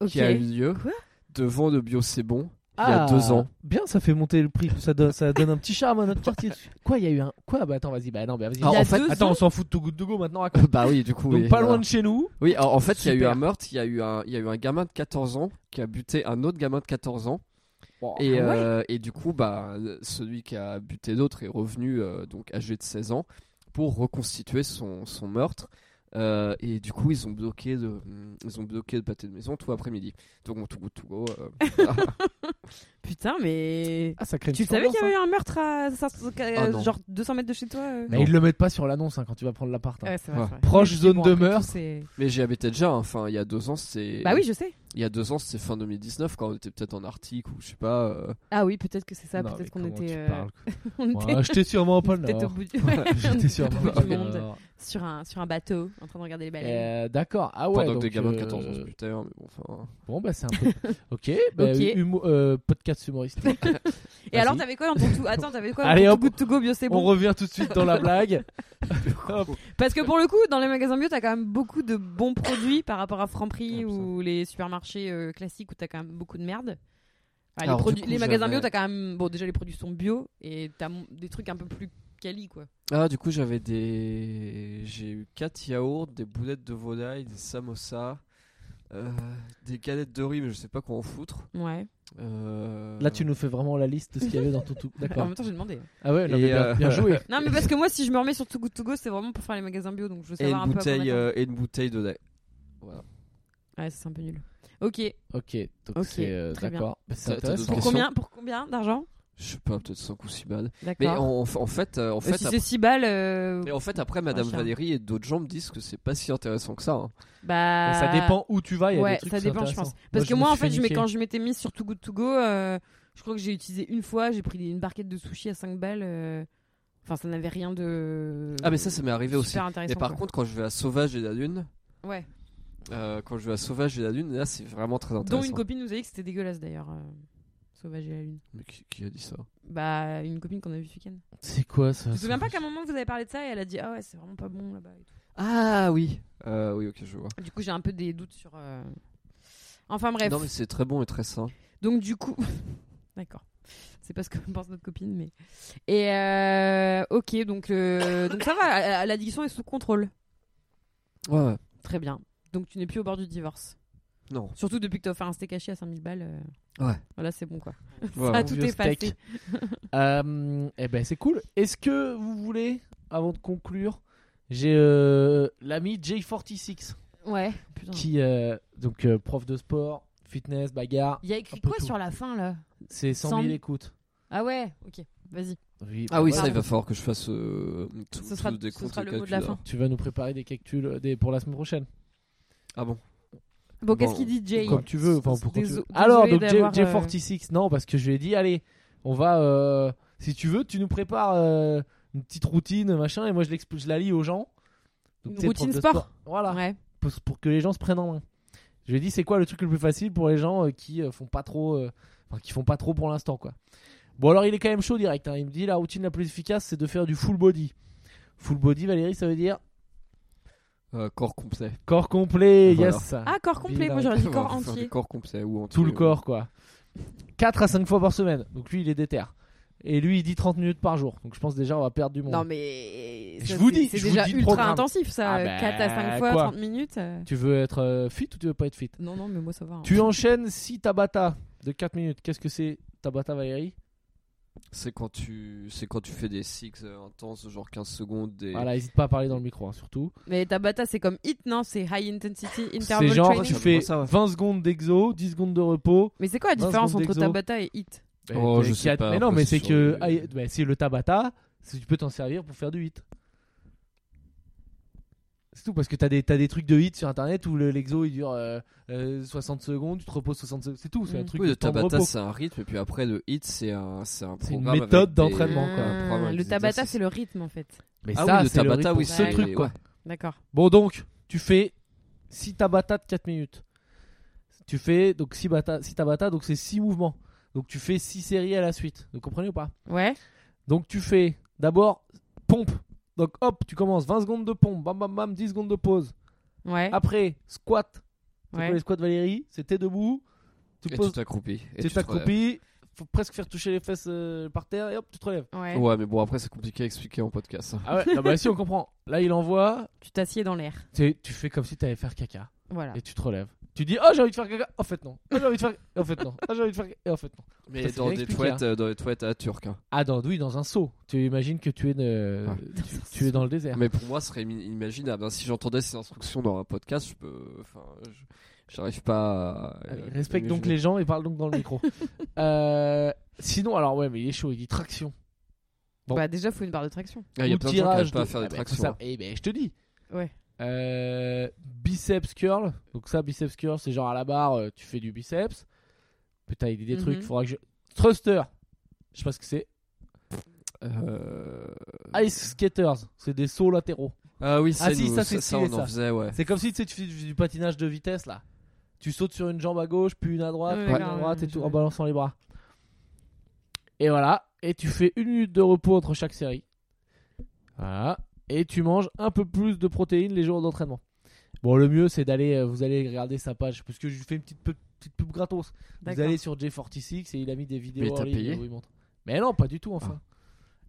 Ok.
qui a eu lieu
Quoi Ah.
devant le bio c'est bon il y a deux ans.
Ah, Bien, ça fait monter le prix, ça donne, ça donne un petit charme à notre quartier. Quoi, il y a eu un. Quoi Bah attends, vas-y, bah non, bah vas-y.
Ah,
Il y a
en fait-
deux
Attends,
ans.
on s'en fout de tout Good To Go maintenant, raconte.
Bah oui du coup
Donc
oui,
pas
voilà.
loin de chez nous.
Oui, en en fait, il y a eu
Super.
un meurtre, il y, a eu un- il y a eu un gamin de 14 ans qui a buté un autre gamin de 14 ans. Et,
Ah ouais
euh, et du coup, bah, le- celui qui a buté l'autre est revenu, euh, donc âgé de 16 ans, pour reconstituer son, son meurtre. Euh, et du coup, ils ont bloqué de, ils ont bloqué le pâté de maison tout après-midi. Donc, on tout go, tout go. euh, voilà.
Putain, mais.
Ah, ça crée une
Tu savais qu'il y
tendance,
avait
hein.
eu un meurtre à ça- ça-
Ah,
euh,
non.
genre 200 mètres de chez toi euh
Mais ils le mettent pas sur l'annonce hein, quand tu vas prendre l'appart. hein.
Ouais, c'est vrai,
Ouais.
c'est vrai.
Proche
Mais
zone
bon,
de
après tout,
meurtre.
c'est-
Mais j'y habitais déjà. hein. Enfin, il y a deux ans, c'est.
Bah oui, je sais.
Il y a deux ans, c'est fin 2019 quand on était peut-être en Arctique ou je sais pas. euh,
Ah oui, peut-être que c'est ça.
Non, mais
Peut-être qu'on
comment
était.
tu
euh,
parles,
On
quoi.
était
Ouais, J'étais sûrement pas
peut-être au
là.
bout du. Ouais, on
J'étais
était
sûrement
au bout
pas
du
au
monde. Bah,
nord.
sur un, sur un bateau en train de regarder les baleines.
Euh, D'accord. Ah ouais.
pendant
donc,
que des gamins de
euh,
14 ans se butaient, hein, mais bon, enfin.
Bon, bah, c'est un peu. Ok, bah,
Ok.
humo- euh, podcast humoristique.
Et alors,
vas-y.
t'avais quoi dans ton tout Attends, t'avais quoi
Allez,
dans ton
hop.
Good to Go Bio C'est
On
bon
revient tout de suite dans la blague. Hop.
Parce que pour le coup, dans les magasins bio, t'as quand même beaucoup de bons produits par rapport à Franprix ou les supermarchés euh, classiques où t'as quand même beaucoup de merde. Enfin, les,
Alors, du
produits-
coup,
les magasins bio,
j'avais-
t'as quand même. Bon, déjà, les produits sont bio et t'as mon- des trucs un peu plus quali, quoi.
Ah, du coup, j'avais des. J'ai eu 4 yaourts, des boulettes de volaille, des samosas, euh, des galettes de riz, mais je sais pas quoi en foutre.
Ouais.
Euh,
Là, tu nous fais vraiment la liste de ce qu'il y avait dans ton tout.
En
D'accord.
même temps, j'ai demandé.
Ah ouais, non, mais
Et,
bien,
euh,
bien joué.
Non, mais parce que moi, si je me remets sur Too Good To Go, c'est vraiment pour faire les magasins bio, donc je veux
Et
savoir
une,
un peu. à quoi
bouteille,
m'attendre.
euh, et une bouteille de lait. Voilà.
Ouais, ça, c'est un peu nul. Ok.
Ok, donc
Ok,
c'est euh,
très bien.
d'accord. Bah, c'est
T'as- t'as d'autres
intéressant.
Pour
Question.
combien, pour combien d'argent
Je sais pas, peut-être 5 ou 6 balles. Mais
D'accord.
en, en fait, euh, en
Euh,
fait,
Ah. si
après-
c'est 6 balles, euh,
mais en fait, après, Madame
chien.
Valérie et d'autres gens me disent que c'est pas si intéressant que ça. hein.
bah.
Mais Ça dépend où tu vas. il Y a
ouais,
des trucs
ça
qui sont
dépend, je pense.
intéressants.
Parce que
je
moi,
me
en fait,
suis
je mets-
niqué.
quand je m'étais mise sur Too Good To Go, euh, je crois que j'ai utilisé une fois, j'ai pris une barquette de sushi à 5 balles. euh, Enfin, ça n'avait rien de.
Ah, mais ça, ça m'est arrivé
super
aussi.
intéressant.
Mais par
quoi.
contre, quand je vais à Sauvage et la Lune,
Ouais.
euh, quand je vais à Sauvage et la Lune, là, c'est vraiment très
Dont
intéressant.
une copine nous a dit que c'était dégueulasse d'ailleurs. euh, Sauvage et la lune.
Mais qui, qui a dit ça
Bah, une copine qu'on a vue ce week-end.
Ah, C'est quoi ça
Je me souviens pas qu'à un moment vous avez parlé de ça et elle a dit Ah ouais, c'est vraiment pas bon là-bas. et tout.
Ah oui. Euh, oui, ok, je vois.
Du coup, j'ai un peu des doutes sur. euh, Enfin, bref.
Non, mais c'est très bon et très sain.
Donc du coup, d'accord. C'est pas ce que pense notre copine, mais et euh, ok, donc euh, donc ça va, la- l'addiction est sous contrôle.
Ouais, ouais.
Très bien. Donc tu n'es plus au bord du divorce.
Non.
Surtout depuis que t'as offert un steak haché à 5000 balles. euh,
Ouais.
Voilà, c'est bon quoi.
Voilà.
Ah,
Mon
tout
vieux
est
Oh, steak.
passé.
Euh, eh ben, c'est cool. Est-ce que vous voulez, avant de conclure, j'ai euh, l'ami J46
Ouais. Putain.
qui, euh, donc euh, prof de sport, fitness, bagarre,
Il y a
Un
écrit
peu
quoi
tout.
sur la fin là
c'est 100
Cent
000
mille.
écoutes.
Ah ouais. Ok. Vas-y.
Oui,
Ah oui,
bah,
ça, il
Pardon.
va falloir que je fasse euh, tout,
Ce sera-
tout des
ce
comptes
sera
et
le mot de la
calculs,
fin.
Tu vas nous préparer des calculs euh, des, pour la semaine prochaine.
Ah bon
Bon,
Bon,
qu'est-ce qu'il dit Jay
Comme tu veux. Enfin,
Déso-
pour quand tu veux.
désolé
Alors, donc J-
d'avoir, euh,
J46, non, parce que je lui ai dit, allez, on va. euh, si tu veux, tu nous prépares euh, une petite routine, machin, et moi je, l'expl- je la lis aux gens.
Une
tu sais,
routine
prof de
sport.
Voilà.
Ouais.
Pour, pour que les gens se prennent en main. Je lui ai dit, c'est quoi le truc le plus facile pour les gens euh, qui euh, font pas trop, euh, enfin, qui font pas trop pour l'instant, quoi. Bon, alors il est quand même chaud direct. hein. Il me dit, la routine la plus efficace, c'est de faire du full body. Full body, Valérie, ça veut dire
Euh, Corps complet.
corps complet.
Voilà.
Yes.
Ah, corps complet. Moi,
Bilingue.
j'aurais dit
Voilà,
corps
faut faire du
entier.
Corps complet ou entier,
tout le
oui.
corps quoi. 4 à 5 fois par semaine. Donc lui il est déter. Et lui il dit 30 minutes par jour. Donc je pense déjà on va perdre du monde.
Non mais
Je
ça,
vous
c'est-
dis,
c'est
je vous
déjà
dis le
ultra
programme.
intensif ça,
Ah bah,
4 à 5 fois
quoi.
30 minutes. euh.
Tu veux être euh, fit ou tu veux pas être fit
Non non, mais moi ça va. hein.
Tu enchaînes 6 Tabata de 4 minutes. Qu'est-ce que c'est Tabata Valérie
C'est quand tu c'est quand tu fais des six euh, intenses genre 15 secondes des
Voilà, hésite pas à parler dans le micro hein, surtout.
Mais Tabata c'est comme hit non, c'est high intensity
C'est
interval
genre
training.
tu
Ça,
fais
ça va.
20 secondes d'exo, 10 secondes de repos.
Mais c'est quoi la
20
différence
secondes
entre
d'exo.
Tabata et hit
Oh,
Euh,
je
qui
sais
a-
pas,
Mais non,
après,
mais
c'est
c'est
sur
que
les-
ah, et- bah, c'est le Tabata, c'est- tu peux t'en servir pour faire du hit. C'est tout parce que t'as des, t'as des trucs de hit sur internet où le- l'exo il dure euh, euh, 60 secondes, tu te reposes 60 secondes, c'est tout, c'est un
Mm.
truc
Oui,
de
le
temps de
Tabata
repos.
c'est un rythme et puis après le hit c'est un c'est un
C'est une
programme
méthode
avec des-
d'entraînement, quoi.
un programme avec
Hmm, Le
des
Tabata
exercices.
c'est le rythme en fait.
Mais
Ah
ça,
oui, le
c'est le
Tabata
rythme
oui,
pour
c'est
ce truc quoi.
ouais.
D'accord.
Bon donc, tu fais 6 Tabata de 4 minutes. Tu fais donc 6 Tabata, donc c'est 6 mouvements. Donc tu fais 6 séries à la suite. Vous comprenez ou pas
Ouais.
Donc tu fais d'abord pompe. Donc hop, tu commences 20 secondes de pompe, bam bam bam, 10 secondes de pause.
Ouais.
Après, squat. C'est quoi
ouais.
les squats Valérie C'est t'es debout, tu
Et tu
poses,
t'accroupis. et
tu
tu te relèves.
t'accroupis, faut presque faire toucher les fesses euh, par terre et hop, tu te relèves.
Ouais.
Ouais, mais bon après c'est compliqué à expliquer en podcast. hein.
Ah ouais, non, bah si on comprend. Là, il envoie,
Tu t'assieds dans l'air.
tu, tu fais comme si t'allais faire caca
Voilà.
et tu te relèves. Tu dis, oh, j'ai envie de faire caca. En fait, non. Oh, j'ai envie de faire. En fait, non. Oh, j'ai envie de faire. Et en fait, non.
Mais
Ça, c'est
dans
bien
des,
expliqué, hein.
toilettes, euh, dans des toilettes à turc. hein.
Ah, dans, oui, dans un seau. Tu imagines que tu es, euh,
Ah.
tu, tu es dans le désert.
Mais pour moi, ce serait mi- imaginable. hein. Si j'entendais ces instructions dans un podcast, je peux. Enfin, je- j'arrive pas
Ah,
à.
Allez,
euh,
Ah respecte donc
imaginer.
les gens et parle donc dans le micro. Euh, sinon, alors, ouais, mais il est chaud, il dit traction. Bon.
Bah, déjà, faut une barre de traction.
Ah, Il y a
Ou
plein de gens qui
tirage
n'arrivent pas à
de-
faire des
Ah, mais faut
tractions. hein.
ça- Eh ben, je te dis.
Ouais.
Euh, biceps curl. Donc, ça, biceps curl, c'est genre à la barre, euh, tu fais du biceps. Putain, il dit des
Mhm.
trucs, faudra que je. Thruster. Je sais pas ce que c'est.
Euh,
Ice skaters. C'est des sauts latéraux.
Ah oui,
Ah
c'est
si,
nous,
ça,
ça,
c'est
ça,
stylé,
on
ça.
en faisait, ouais.
C'est comme si tu, sais, tu fais du, du patinage de vitesse là. Tu sautes sur une jambe à gauche, puis une à droite,
Ouais,
puis une à
grave,
droite et
ouais,
tout
je
en
vois.
balançant les bras. Et voilà. Et tu fais une minute de repos entre chaque série. Voilà. Et tu manges un peu plus de protéines les jours d'entraînement. Bon, le mieux c'est d'aller, euh, vous allez regarder sa page, parce que je lui fais une petite, pe- petite pub gratos. Vous
D'accord.
allez sur J46 et il a mis des vidéos
Mais
en
t'as
ligne
payé Ah.
où il montre. Mais non, pas du tout enfin.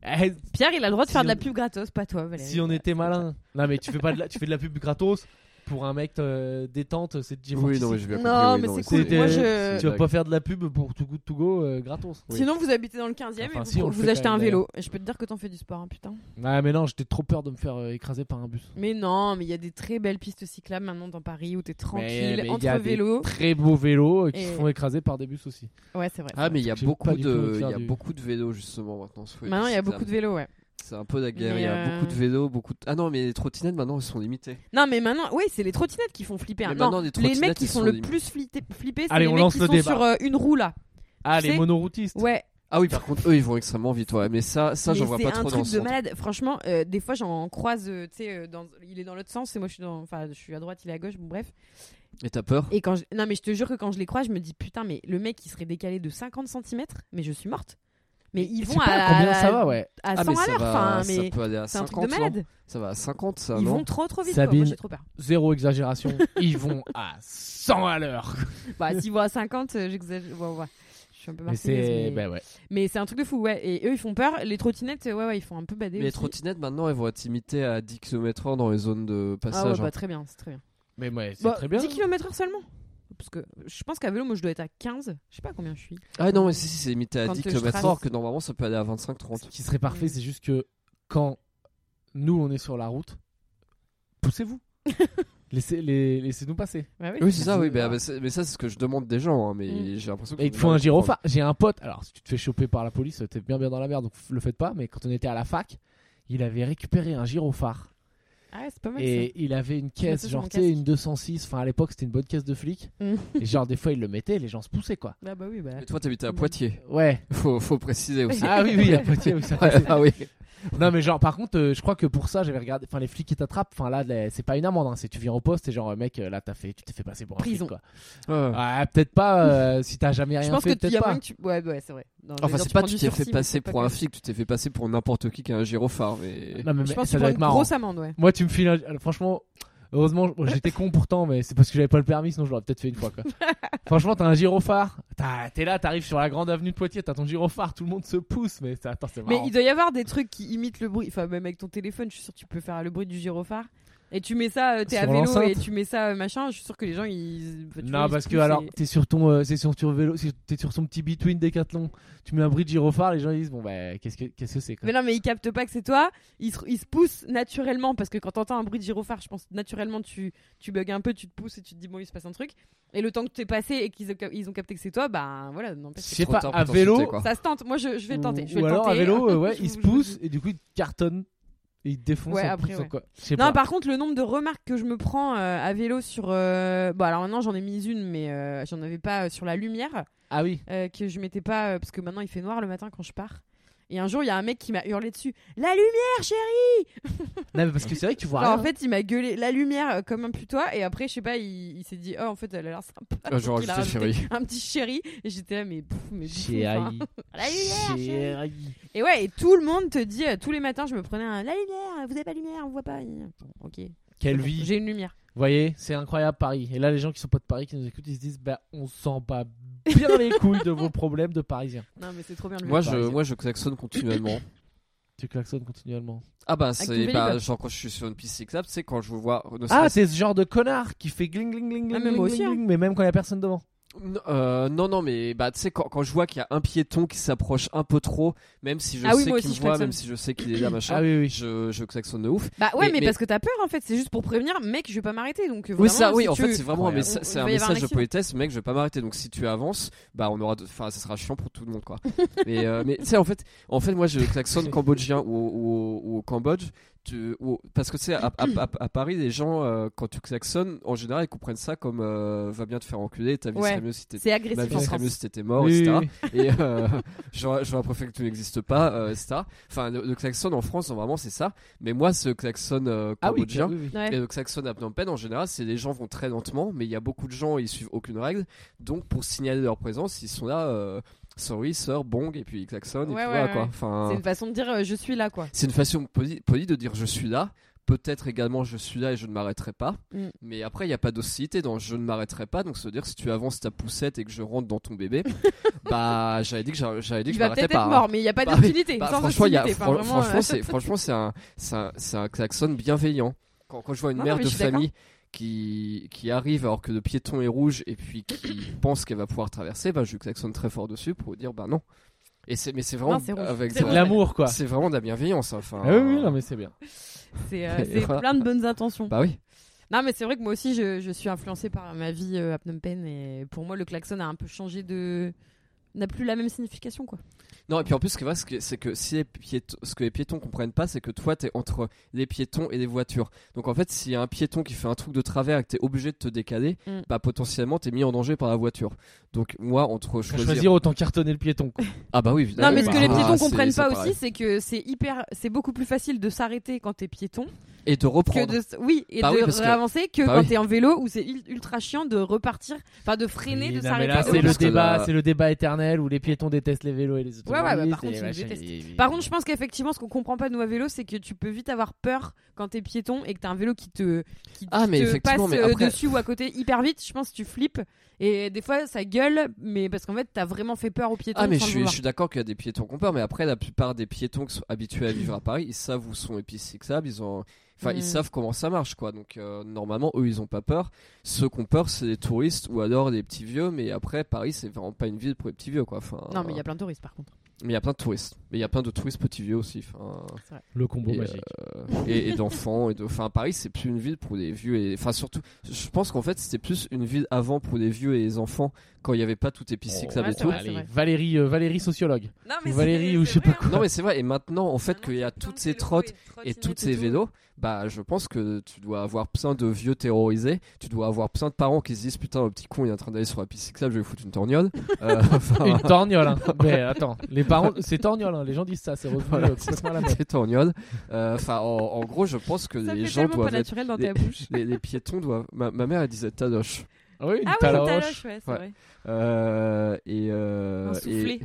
Eh,
Pierre, il a le droit de
Si
faire de la
on-
pub gratos, pas toi, Valérie.
si on était malin. Non mais tu fais pas de la, tu fais de la pub gratos pour un mec euh, détente, c'est J46.
Oui, non, mais je vais
Non,
compris, oui,
mais c'est
cool.
c'était-
Moi,
je-
c'est une
euh, Tu vas
blague.
pas faire de la pub pour Too Good To Go euh, gratos.
Oui.
Sinon, vous habitez dans le 15 e
Enfin,
et vous,
si, on le
vous
fait
achetez
quand
un
même,
vélo. Et je peux te dire que t'en fais du sport, hein, putain.
Ah mais non, j'étais trop peur de me faire euh, écraser par un bus.
Mais non, mais il y a des très belles pistes cyclables maintenant dans Paris où t'es
Mais-
tranquille
mais il y
entre
a des
vélos.
Très beaux vélos euh, qui
Et-
se font écraser par des bus aussi.
Ouais, c'est vrai.
Ah, mais il y a
J'ai pas
beaucoup
du tout envie de
de, il
faire
y a
du-
beaucoup de vélos justement maintenant. sur les
Maintenant, il y a
pistes,
beaucoup de
là.
vélos, ouais.
C'est un peu la guerre.
Mais,
Il y a
euh,
beaucoup de vélos, beaucoup. de- Ah non, mais les trottinettes maintenant, elles sont limitées.
Non, mais maintenant, oui, c'est les trottinettes qui font flipper. hein.
Mais
Non,
maintenant, les
les
trottinettes,
mecs qui
elles
sont,
sont
le
des-
plus flippés, flippés c'est
Allez,
les
on
mecs
lance
qui
le
sont
débat.
sur euh, une roue là.
Ah
Tu
les
sais-
monoroutistes.
Ouais,
Ah oui, par contre, eux, ils vont extrêmement vite, ouais. Mais ça, ça,
Mais
j'en vois
c'est
pas
un
trop
truc
dans
de
ce centre.
malade. Franchement, euh, des fois, j'en croise. euh, tu sais, euh, dans- il est dans l'autre sens et moi, je suis dans. Enfin, je suis à droite, il est à gauche. Bon, bref.
Et t'as peur
Et quand je- non, mais je te jure que quand je les croise, je me dis putain, mais le mec, il serait décalé de 50 cm, mais je suis morte. Mais ils
Je sais
vont à,
pas combien
à-
ça va ouais.
à 100
Ah, mais
à
ça
l'heure.
va,
Enfin,
ça
mais
peut aller à
c'est un
50.
truc de
non
malade.
Ça va à 50, ça,
Ils
non
vont trop trop vite. quoi.
Sabine.
Moi, j'ai trop peur.
Zéro exagération, ils vont à 100 à l'heure.
Bah, s'ils vont à 50, euh, j'exagère. ouais, ouais. Je suis un peu
Mais
marseillaise.
c'est
Mais,
bah ouais.
mais c'est un truc de fou, ouais. Et eux, ils font peur. Les trottinettes, euh, ouais, ouais, ils font un peu bader.
Mais les
aussi.
trottinettes, maintenant, elles vont être limitées à 10 km/h dans les zones de
Ah ouais,
passage. hein.
bah, très bien, c'est très bien.
Mais ouais, c'est
Bah,
très bien.
10 km/h seulement. Parce que je pense qu'à vélo, moi, je dois être à 15. Je sais pas combien je suis.
Ah non, mais si, si, c'est limité
bah,
à
Quand
10
je trace-
km/h, que normalement, ça peut aller à 25-30.
Ce qui serait parfait,
Mm.
c'est juste que quand nous on est sur la route, poussez-vous. Laissez les- laissez-nous passer.
Oui, c'est ça, oui, bah,
Ah.
bah, c'est- mais ça, c'est ce que je demande des gens, hein, mais
Mm.
j'ai l'impression que.
Et il te faut un gyrophare. J'ai un pote, alors si tu te fais choper par la police, t'es bien bien dans la merde, donc f- le faites pas. Mais quand on était à la fac, il avait récupéré un gyrophare
Ah, ouais, c'est pas mal.
et il avait une
mets
caisse,
ça sur
genre
mon
tu sais,
casque.
une 206. Enfin, à l'époque, c'était une bonne caisse de flic.
Mm.
et genre, des fois, il le mettait, les gens se poussaient quoi.
ça. Ah, bah oui, bah.
Mais toi, t'habites à Poitiers.
Ouais.
Faut, faut préciser aussi.
Ah oui, oui, à Poitiers, oui, ça
Ouais,
passait.
ah oui.
Non, mais genre, par contre, euh, je crois que pour ça, j'avais regardé. Enfin, les flics qui t'attrapent, enfin là, les- c'est pas une amende, hein, c'est tu viens au poste et genre, euh, mec, euh, là, t'as fait, tu t'es fait passer pour un
Prison.
flic quoi.
Ah.
Ouais.
Ouais, peut-être pas euh, si t'as jamais
Je
rien
pense
fait,
que tu y
peut-être
a
pas.
moyen que tu. Ouais, bah ouais, c'est vrai. Non, j'allais
Enfin,
dire,
c'est pas
prends
tu
du
t'es
sursis,
fait
mais
passer
c'est pas
pour
que-
un flic, tu t'es fait passer pour n'importe qui qui a un gyrophare. Mais...
Non, mais
Je
mais
pense que
ça
tu
doit
prends
être
une
marrant.
grosse amende, ouais.
Moi, tu me files. un- euh, Franchement, heureusement, bon, j'étais con pourtant, mais c'est parce que j'avais pas le permis, sinon je l'aurais peut-être fait une fois. Quoi. Franchement, t'as un gyrophare. T'as- T'es là, t'arrives sur la grande avenue de Poitiers, t'as ton gyrophare, tout le monde se pousse, mais ça- attends, c'est
Mais
marrant.
il doit y avoir des trucs qui imitent le bruit. Enfin, même avec ton téléphone, je suis sûr que tu peux faire le bruit du gyrophare. Et tu mets ça, euh, t'es à
Sur
vélo
l'enceinte.
et tu mets ça, euh, machin. Je suis sûr que les gens, ils. enfin, tu vois,
Non,
ils
parce
se
que
poussent
alors,
et-
t'es sur ton, euh, c'est sur ton vélo, c'est- t'es sur son petit Between Decathlon, tu mets un bruit de gyrophare, les gens ils disent, bon, bah, qu'est-ce que qu'est-ce que c'est quoi
Mais non, mais ils captent pas que c'est toi. Ils se, ils se poussent naturellement parce que quand t'entends un bruit de gyrophare, je pense naturellement tu tu bugs un peu, tu te pousses et tu te dis bon il se passe un truc. Et le temps que t'es passé et qu'ils ont, cap- ils ont capté que c'est toi, bah voilà, n'empêche.
Je
que-
sais
trop
pas,
tard pour
à
t'insulter,
vélo,
quoi.
Ça se tente. Moi je, je vais le tenter. Je vais
ou
le
alors à
tenter.
vélo, euh, ouais,
Je
ils
vous-
se
je vous le
poussent et du coup ils te cartonnent, et ils te défoncent
Ouais,
en te
après,
poussant,
ouais.
quoi. Je sais
Non,
pas.
par contre, le nombre de remarques que je me prends euh, à vélo sur. euh, Bon, alors maintenant j'en ai mis une, mais euh, j'en avais pas euh, sur la lumière,
Ah oui.
euh, que je mettais pas. euh, parce que maintenant il fait noir le matin quand je pars. Et un jour, il y a un mec qui m'a hurlé dessus La lumière, chérie
Non, mais parce que c'est vrai que tu vois
Genre,
rien.
En fait, il m'a gueulé La lumière euh, comme un putois. Et après, je sais pas, il, il s'est dit Oh, en fait, elle a l'air sympa.
Ah, Genre,
Il a
j'étais
rajouté
chérie.
Un petit chéri. Et j'étais là, mais pff, mais pff, enfin,
Chérie.
hein. La lumière, chérie
Chérie.
Et ouais, et tout le monde te dit euh, Tous les matins, je me prenais un La lumière, vous avez pas de lumière, on voit pas. Bon, ok.
Quelle
Bon,
vie
J'ai une lumière.
Vous voyez, c'est incroyable Paris. Et là, les gens qui sont pas de Paris, qui nous écoutent, ils se disent bah, on s'en bat bien les couilles de vos problèmes de Parisiens.
Non, mais c'est trop bien le
Moi
Par
je,
exemple.
moi, je klaxonne continuellement.
Tu klaxonnes continuellement.
Ah bah,
Avec
c'est
Vélib.
bah, genre quand je suis sur une piste cyclable, c'est quand je vois. ne
Ah,
serait-ce-
c'est ce genre de connard qui fait gling gling gling
Ah,
gling.
mais moi
gling,
aussi, hein.
gling, Mais même quand il y a personne devant.
N- euh, non, non, mais bah, tu sais, quand, quand je vois qu'il y a un piéton qui s'approche un peu trop, même si je
Ah oui,
sais
moi
qu'il me
aussi, je
voit,
klaxonne.
même si je sais qu'il est là, machin,
Ah oui, oui.
je, je klaxonne de ouf.
Bah ouais,
Mais-
mais,
mais-
parce que t'as peur en fait, c'est juste pour prévenir, mec, je vais pas m'arrêter donc. euh,
oui,
vraiment,
ça, oui,
si
en
tu-
fait, c'est vraiment un,
Ouais,
messa-
on-
c'est
il
un
va y avoir un
message de
accident.
politesse, mec, je vais pas m'arrêter. Donc si tu avances, bah, on aura. de- Enfin, ça sera chiant pour tout le monde, quoi. mais euh, mais tu sais, en fait, en fait, moi, je klaxonne cambodgien ou, au- ou au- ou au Cambodge. Tu, ou- parce que tu sais, à, à- à- à Paris, les gens, euh, quand tu klaxonnes, en général, ils comprennent ça comme euh, va bien te faire enculer, ta vie
Ouais.
serait mieux si t'étais
C'est
Ma
agressif
vie
en
serait mieux
France.
si t'étais mort,
Oui,
etc.
oui,
Et euh, j'aurais j'aurais préféré que tu n'existes pas, euh, etc. Enfin, le, le klaxon en France, normalement, c'est ça. Mais moi, ce klaxon euh,
Ah oui,
cambodgien.
oui, oui.
Ouais.
Et le klaxon à Phnom Penh, en général, c'est les gens vont très lentement, mais il y a beaucoup de gens, ils suivent aucune règle. Donc, pour signaler leur présence, ils sont là, euh, sorry, sir, bong, et puis ils klaxonnent, et
Ouais,
puis
ouais,
voilà, quoi.
ouais.
Enfin,
C'est une façon de dire euh, je suis là quoi.
c'est une façon poli- polie de dire je suis là. Peut-être également je suis là et je ne m'arrêterai pas.
Mm.
Mais après, il n'y a pas d'hostilité dans je ne m'arrêterai pas. Donc, ça veut dire si tu avances ta poussette et que je rentre dans ton bébé, bah j'avais dit que, j'a- j'avais dit que
Il
je
va
m'arrêtais
peut-être
pas.
être
hein.
mort, mais il n'y a pas
Bah,
d'utilité.
Bah,
sans
franchement, il y a-
hostilité, enfin,
fran-
vraiment, euh,
franchement, c'est, franchement, c'est un, c'est un, c'est un klaxon bienveillant. Quand, quand je vois une
Non,
mère
mais
de
je suis
famille qui, qui arrive alors que le piéton est rouge et puis qui pense qu'elle va pouvoir traverser, bah, je lui klaxonne très fort dessus pour dire bah non. Et c'est, mais c'est vraiment
Non, c'est rouge.
avec
C'est
C'est
de
de
rouge.
l'amour, quoi.
c'est vraiment de la bienveillance. hein, Enfin,
Ah oui, oui, non, mais c'est bien.
c'est euh,
Et
c'est
voilà.
plein de bonnes intentions.
Bah oui.
Non, mais c'est vrai que moi aussi, je, je suis influencée par ma vie euh, à Phnom Penh et pour moi, le klaxon a un peu changé de. n'a plus la même signification quoi.
Non, et puis en plus, ce qui est vrai, c'est que- c'est que si les piétons, ce que les piétons comprennent pas, c'est que toi, t'es entre les piétons et les voitures. Donc en fait, s'il y a un piéton qui fait un truc de travers et que t'es obligé de te décaler,
Mm.
bah potentiellement, t'es mis en danger par la voiture. Donc moi, entre choisir.
Choisir autant cartonner le piéton. quoi.
Ah bah oui,
Non,
évidemment.
mais ce
Bah,
que les
ah,
piétons
c'est-
comprennent
ça
pas
paraît.
aussi, c'est que c'est hyper, c'est beaucoup plus facile de s'arrêter quand t'es piéton
Et de
que
reprendre.
de, oui, et
Bah oui,
de
parce que-
réavancer que
bah
quand
oui.
t'es en vélo où c'est ul- ultra chiant de repartir, enfin de freiner,
Oui,
de
non, mais là,
s'arrêter.
c'est
Parce
le
que
débat,
là-
c'est le débat éternel où les piétons détestent les vélos et les
Ouais, ouais,
automobilistes.
bah, par
et
contre, ils
machin,
détestent.
et- et-
Par contre, je pense qu'effectivement, ce qu'on comprend pas de nous à vélo, c'est que tu peux vite avoir peur quand t'es piéton et que t'as un vélo qui te, qui
Ah, mais
te passe
effectivement, mais
euh,
après-
dessus ou à côté hyper vite. Je pense que tu flippes et des fois ça gueule, mais parce qu'en fait t'as vraiment fait peur aux piétons.
Ah mais je
sans le
suis, je
vouloir.
suis d'accord qu'il y a des piétons qu'on perd, mais après la plupart des piétons qui sont habitués à vivre à Paris, ils savent où sont les pistes cyclables, ils ont, enfin
Mm.
ils savent comment ça marche quoi. Donc euh, normalement eux ils ont pas peur. Ceux qu'on peur c'est les touristes ou alors les petits vieux, mais après Paris c'est vraiment pas une ville pour les petits vieux quoi. Enfin,
Non, mais il y
euh,
a plein de touristes par contre.
mais il y a plein de touristes, mais il y a plein de touristes petits vieux aussi. Enfin,
le combo
Et, euh,
magique.
euh, et, et d'enfants et de enfin Paris c'est plus une ville pour les vieux et enfin surtout je pense qu'en fait c'était plus une ville avant pour les vieux et les enfants quand il n'y avait pas tout épices cyclables
Oh, ouais,
et
c'est
tout
vrai,
Allez,
c'est vrai.
Valérie, euh, Valérie sociologue.
Non,
Ou Valérie ou je sais pas
hein.
quoi.
non mais c'est vrai hein. et maintenant en fait qu'il y a toutes ces trottes et toutes ces vélos bah je pense que tu dois avoir plein de vieux terrorisés tu dois avoir plein de parents qui se disent putain le petit con il est en train d'aller sur la piste cyclable je vais lui foutre une torgnole Euh, enfin,
Une torgnole. hein. Mais attends, les parents, c'est torgnole. hein, Les gens disent ça, c'est revenu
Voilà,
euh, complètement à la mode.
des torgnoles. Euh, enfin en, en gros je pense que
Ça
les
fait
gens
tellement pas
doivent être
naturel dans
les-
ta bouche. Ah
les, les piétons doivent ma, ma mère elle disait tadoche
Ah oui, une
Ah ouais,
taloche.
taloche, ouais, c'est
Ouais.
vrai.
Euh, et, euh,
Un soufflé.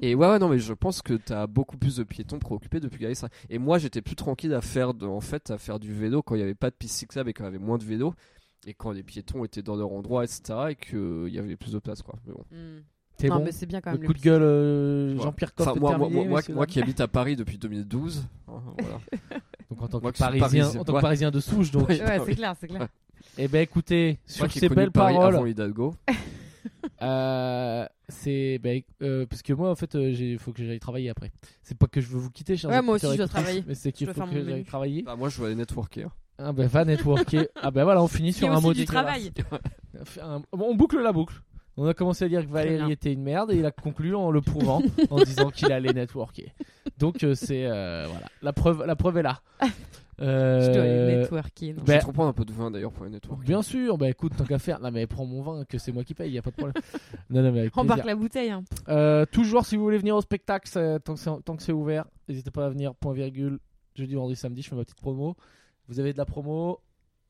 Et, et ouais, ouais, non, mais je pense que t'as beaucoup plus de piétons préoccupés depuis Gaïs. Et moi, j'étais plus tranquille à faire, de, en fait, à faire du vélo quand il n'y avait pas de piste cyclable et quand il y avait moins de vélos. Et quand les piétons étaient dans leur endroit, etc., et qu'il y avait plus de place, quoi. Mais bon.
Hmm.
C'est
non,
bon.
mais c'est bien quand
Le
même.
coup de gueule, euh,
Ouais.
Jean-Pierre Coff
Enfin,
est
moi, moi,
terminé,
moi, moi,
messieurs,
moi
dames.
qui habite à Paris depuis 2012, hein, voilà.
Donc en tant que
moi qui suis
parisien,
parisien.
en tant que
Ouais.
parisien de souche, donc.
Ouais.
Ouais, c'est clair, c'est clair.
Ouais.
Eh ben écoutez,
moi
sur
qui ai
ces
connu
belles
Paris
paroles,
avant Hidalgo.
Euh, c'est bah, euh, parce que moi en fait il faut que j'aille travailler après. C'est pas que je veux vous quitter, chers
Ouais, moi aussi,
auditeurs et
je dois
auditrices,
travailler.
Mais c'est qu'il
Je dois
faut
faire
que
mon
j'aille
menu.
travailler.
Bah, moi, je voulais networker.
Ah bah va networker. ah bah voilà, on finit
Sur
sur un mot
aussi du
dégueulasse.
travail.
Un- bon, on boucle la boucle. On a commencé à dire que
bien.
Valérie était une merde et il a conclu en le prouvant, en disant qu'il allait networker. Donc euh, c'est euh, voilà, la preuve, la preuve est là. Euh,
Je dois aller networker. non.
Bah,
Je vais te reprendre un peu de vin d'ailleurs pour les networker.
Bien sûr, bah écoute, tant qu'à faire, non mais prends mon vin, que c'est moi qui paye, y a pas de problème. Non, non, mais avec plaisir.
Embarque la bouteille. hein.
Euh, toujours, si vous voulez venir au spectacle, ça- tant que c'est- tant que c'est ouvert, n'hésitez pas à venir, point virgule, jeudi, vendredi, samedi, je fais ma petite promo. Vous avez de la promo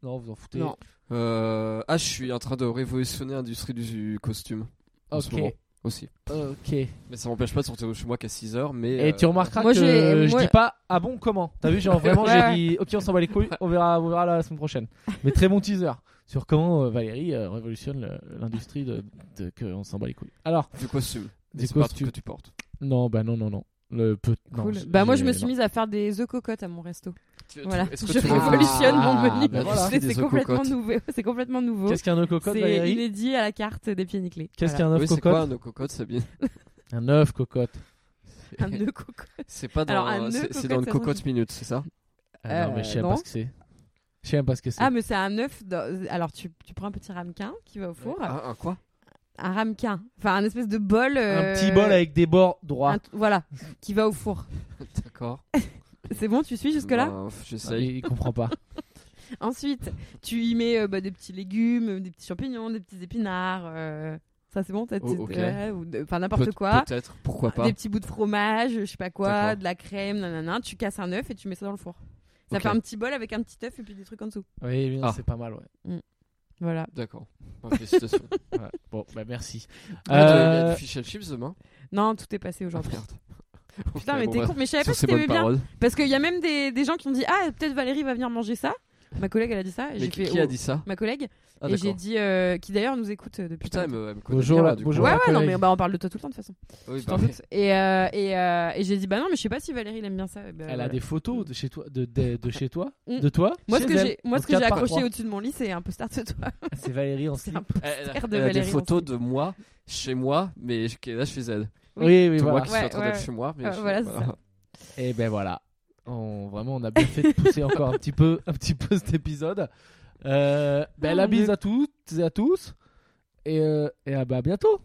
Non, vous en foutez.
Non.
Euh, ah, je suis en train de révolutionner l'industrie du costume. En ce
Ok,
moment aussi.
ok.
Mais ça m'empêche pas de sortir de chez moi qu'à 6h. Mais
Et
euh,
tu remarqueras
Moi,
que
j'ai-
je
moi-
dis pas « Ah bon, comment ?» T'as vu, genre vraiment,
Ouais, ouais.
j'ai dit « Ok, on s'en bat les couilles, on verra, on verra la semaine prochaine. » Mais très bon teaser sur comment euh, Valérie euh, révolutionne le- l'industrie de, de- que on s'en bat les couilles. Alors,
du costume. Mais
Du
c'est pas un truc
costume.
que tu portes.
non, bah non, non, non. Le peu- non,
Cool.
j'ai-
bah moi
j'ai-
je me suis
non.
mise à faire des œufs cocottes à mon resto.
Tu- tu-
Voilà.
est-ce que
Je
tu-
révolutionne
Ah,
mon menu.
bah
voilà.
C'est-
des
C'est
œufs
complètement
cocottes.
nouveau. C'est complètement nouveau.
Qu'est-ce qu'un œuf cocotte,
C'est
Valérie
inédit à la carte des pieds-nickelés.
Qu'est-ce
Voilà.
qu'un
Oui,
œuf
c'est quoi
cocotte
nos cocottes, Sabine
Un œuf cocotte.
Un œuf cocotte.
C'est pas
Alors,
dans.
un
c'est-
œuf
C'est
cocotte,
dans le
ça
cocotte
sent-
minute, c'est ça
Ah non, mais je sais même
Euh,
pas
non.
ce que c'est. Je sais même pas ce que c'est.
Ah mais c'est un œuf. dans- Alors tu, tu prends un petit ramequin qui va au four.
Ah, Un quoi
Un ramequin. Enfin un espèce de bol.
Un
euh,
petit bol avec des bords droits.
un- Voilà. Qui va au four.
D'accord.
C'est bon, tu suis jusque là
Bah,
Ah,
J'essaye.
Il il comprend pas.
Ensuite, tu y mets euh, bah, des petits légumes, euh, des petits champignons, des petits épinards. euh, Ça, c'est bon t'as-
Oh, ok.
ouais, ou de- Enfin, n'importe
Peut-
quoi.
Peut-être, pourquoi pas.
Des petits bouts de fromage, je sais pas quoi,
D'accord.
de la crème, nanana. Tu casses un œuf et tu mets ça dans le four. Ça
Ok.
fait un petit bol avec un petit œuf et puis des trucs en dessous.
Oui, mais non,
Ah.
c'est pas mal, ouais.
Voilà.
D'accord. Bah, Félicitations.
Ouais. Bon, bah merci.
Ah,
Il y a
Euh,
du fish and chips demain.
Non, tout est passé
Ah,
aujourd'hui.
merde.
Putain,
Ok,
mais
bon,
t'es
bah,
con. Mais je savais pas
Sur
si
ces
t'aimais
bonnes
bien.
paroles.
Parce qu'il y a même des, des gens qui ont dit Ah, peut-être Valérie va venir manger ça. Ma collègue, elle a dit ça. Et
Mais
j'ai
qui
fait
qui a
oh.
dit ça
Ma collègue.
Ah,
et j'ai
d'accord.
dit euh, Qui d'ailleurs nous écoute euh, depuis.
Putain,
pas
elle
longtemps.
me elle me connaît
Bonjour,
bien,
la-
là, du coup.
bonjour.
Ouais,
Ma
ouais, non,
collègue.
mais bah, on parle de toi tout le temps de toute façon.
Oui,
Tu
bah,
t'en doutes. Et, euh, et, euh, et j'ai dit bah non mais je sais pas si Valérie elle aime bien ça. Et bah,
Elle a
voilà.
des photos de chez toi, de, de, de chez toi,
Mm.
de toi.
Moi ce
chez
que
elle.
j'ai moi ce
Donc
que j'ai
quatre par
accroché
trois.
au-dessus de mon lit c'est un poster de toi.
Ah, c'est Valérie en slip.
un
Elle,
Frère de
elle a des
Valérie
photos
Rancière.
de moi chez moi, mais je- qui est là chez elle.
Oui.
Oui, oui,
C'est moi
voilà.
qui
Ouais,
suis en train d'être
ouais.
chez moi, mais
Euh,
je-
voilà, c'est ça.
Et ben voilà. On, vraiment, on a bien fait de pousser encore un petit peu, un petit peu cet épisode. Euh, ben,
Oh,
la
mon
bise
Dieu.
à toutes et à tous. Et, euh, et à, bah, à bientôt.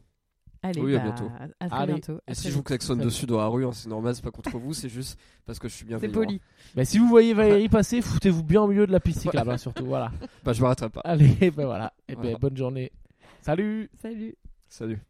Allez
Oui, à
bah,
bientôt.
À très
Allez.
bientôt. À
Et si
très
je vous klaxonne
Ça-
dessus dans la rue, hein, c'est normal, c'est pas contre vous, c'est juste parce que je suis bien
vite. C'est poli.
Ben, si vous voyez Valérie passer, foutez-vous bien au milieu de la piste cyclable, hein, surtout. Voilà.
Bah, je m'arrêterai pas.
Allez, ben voilà. Et ben
Voilà.
bonne journée. Salut.
Salut.
Salut.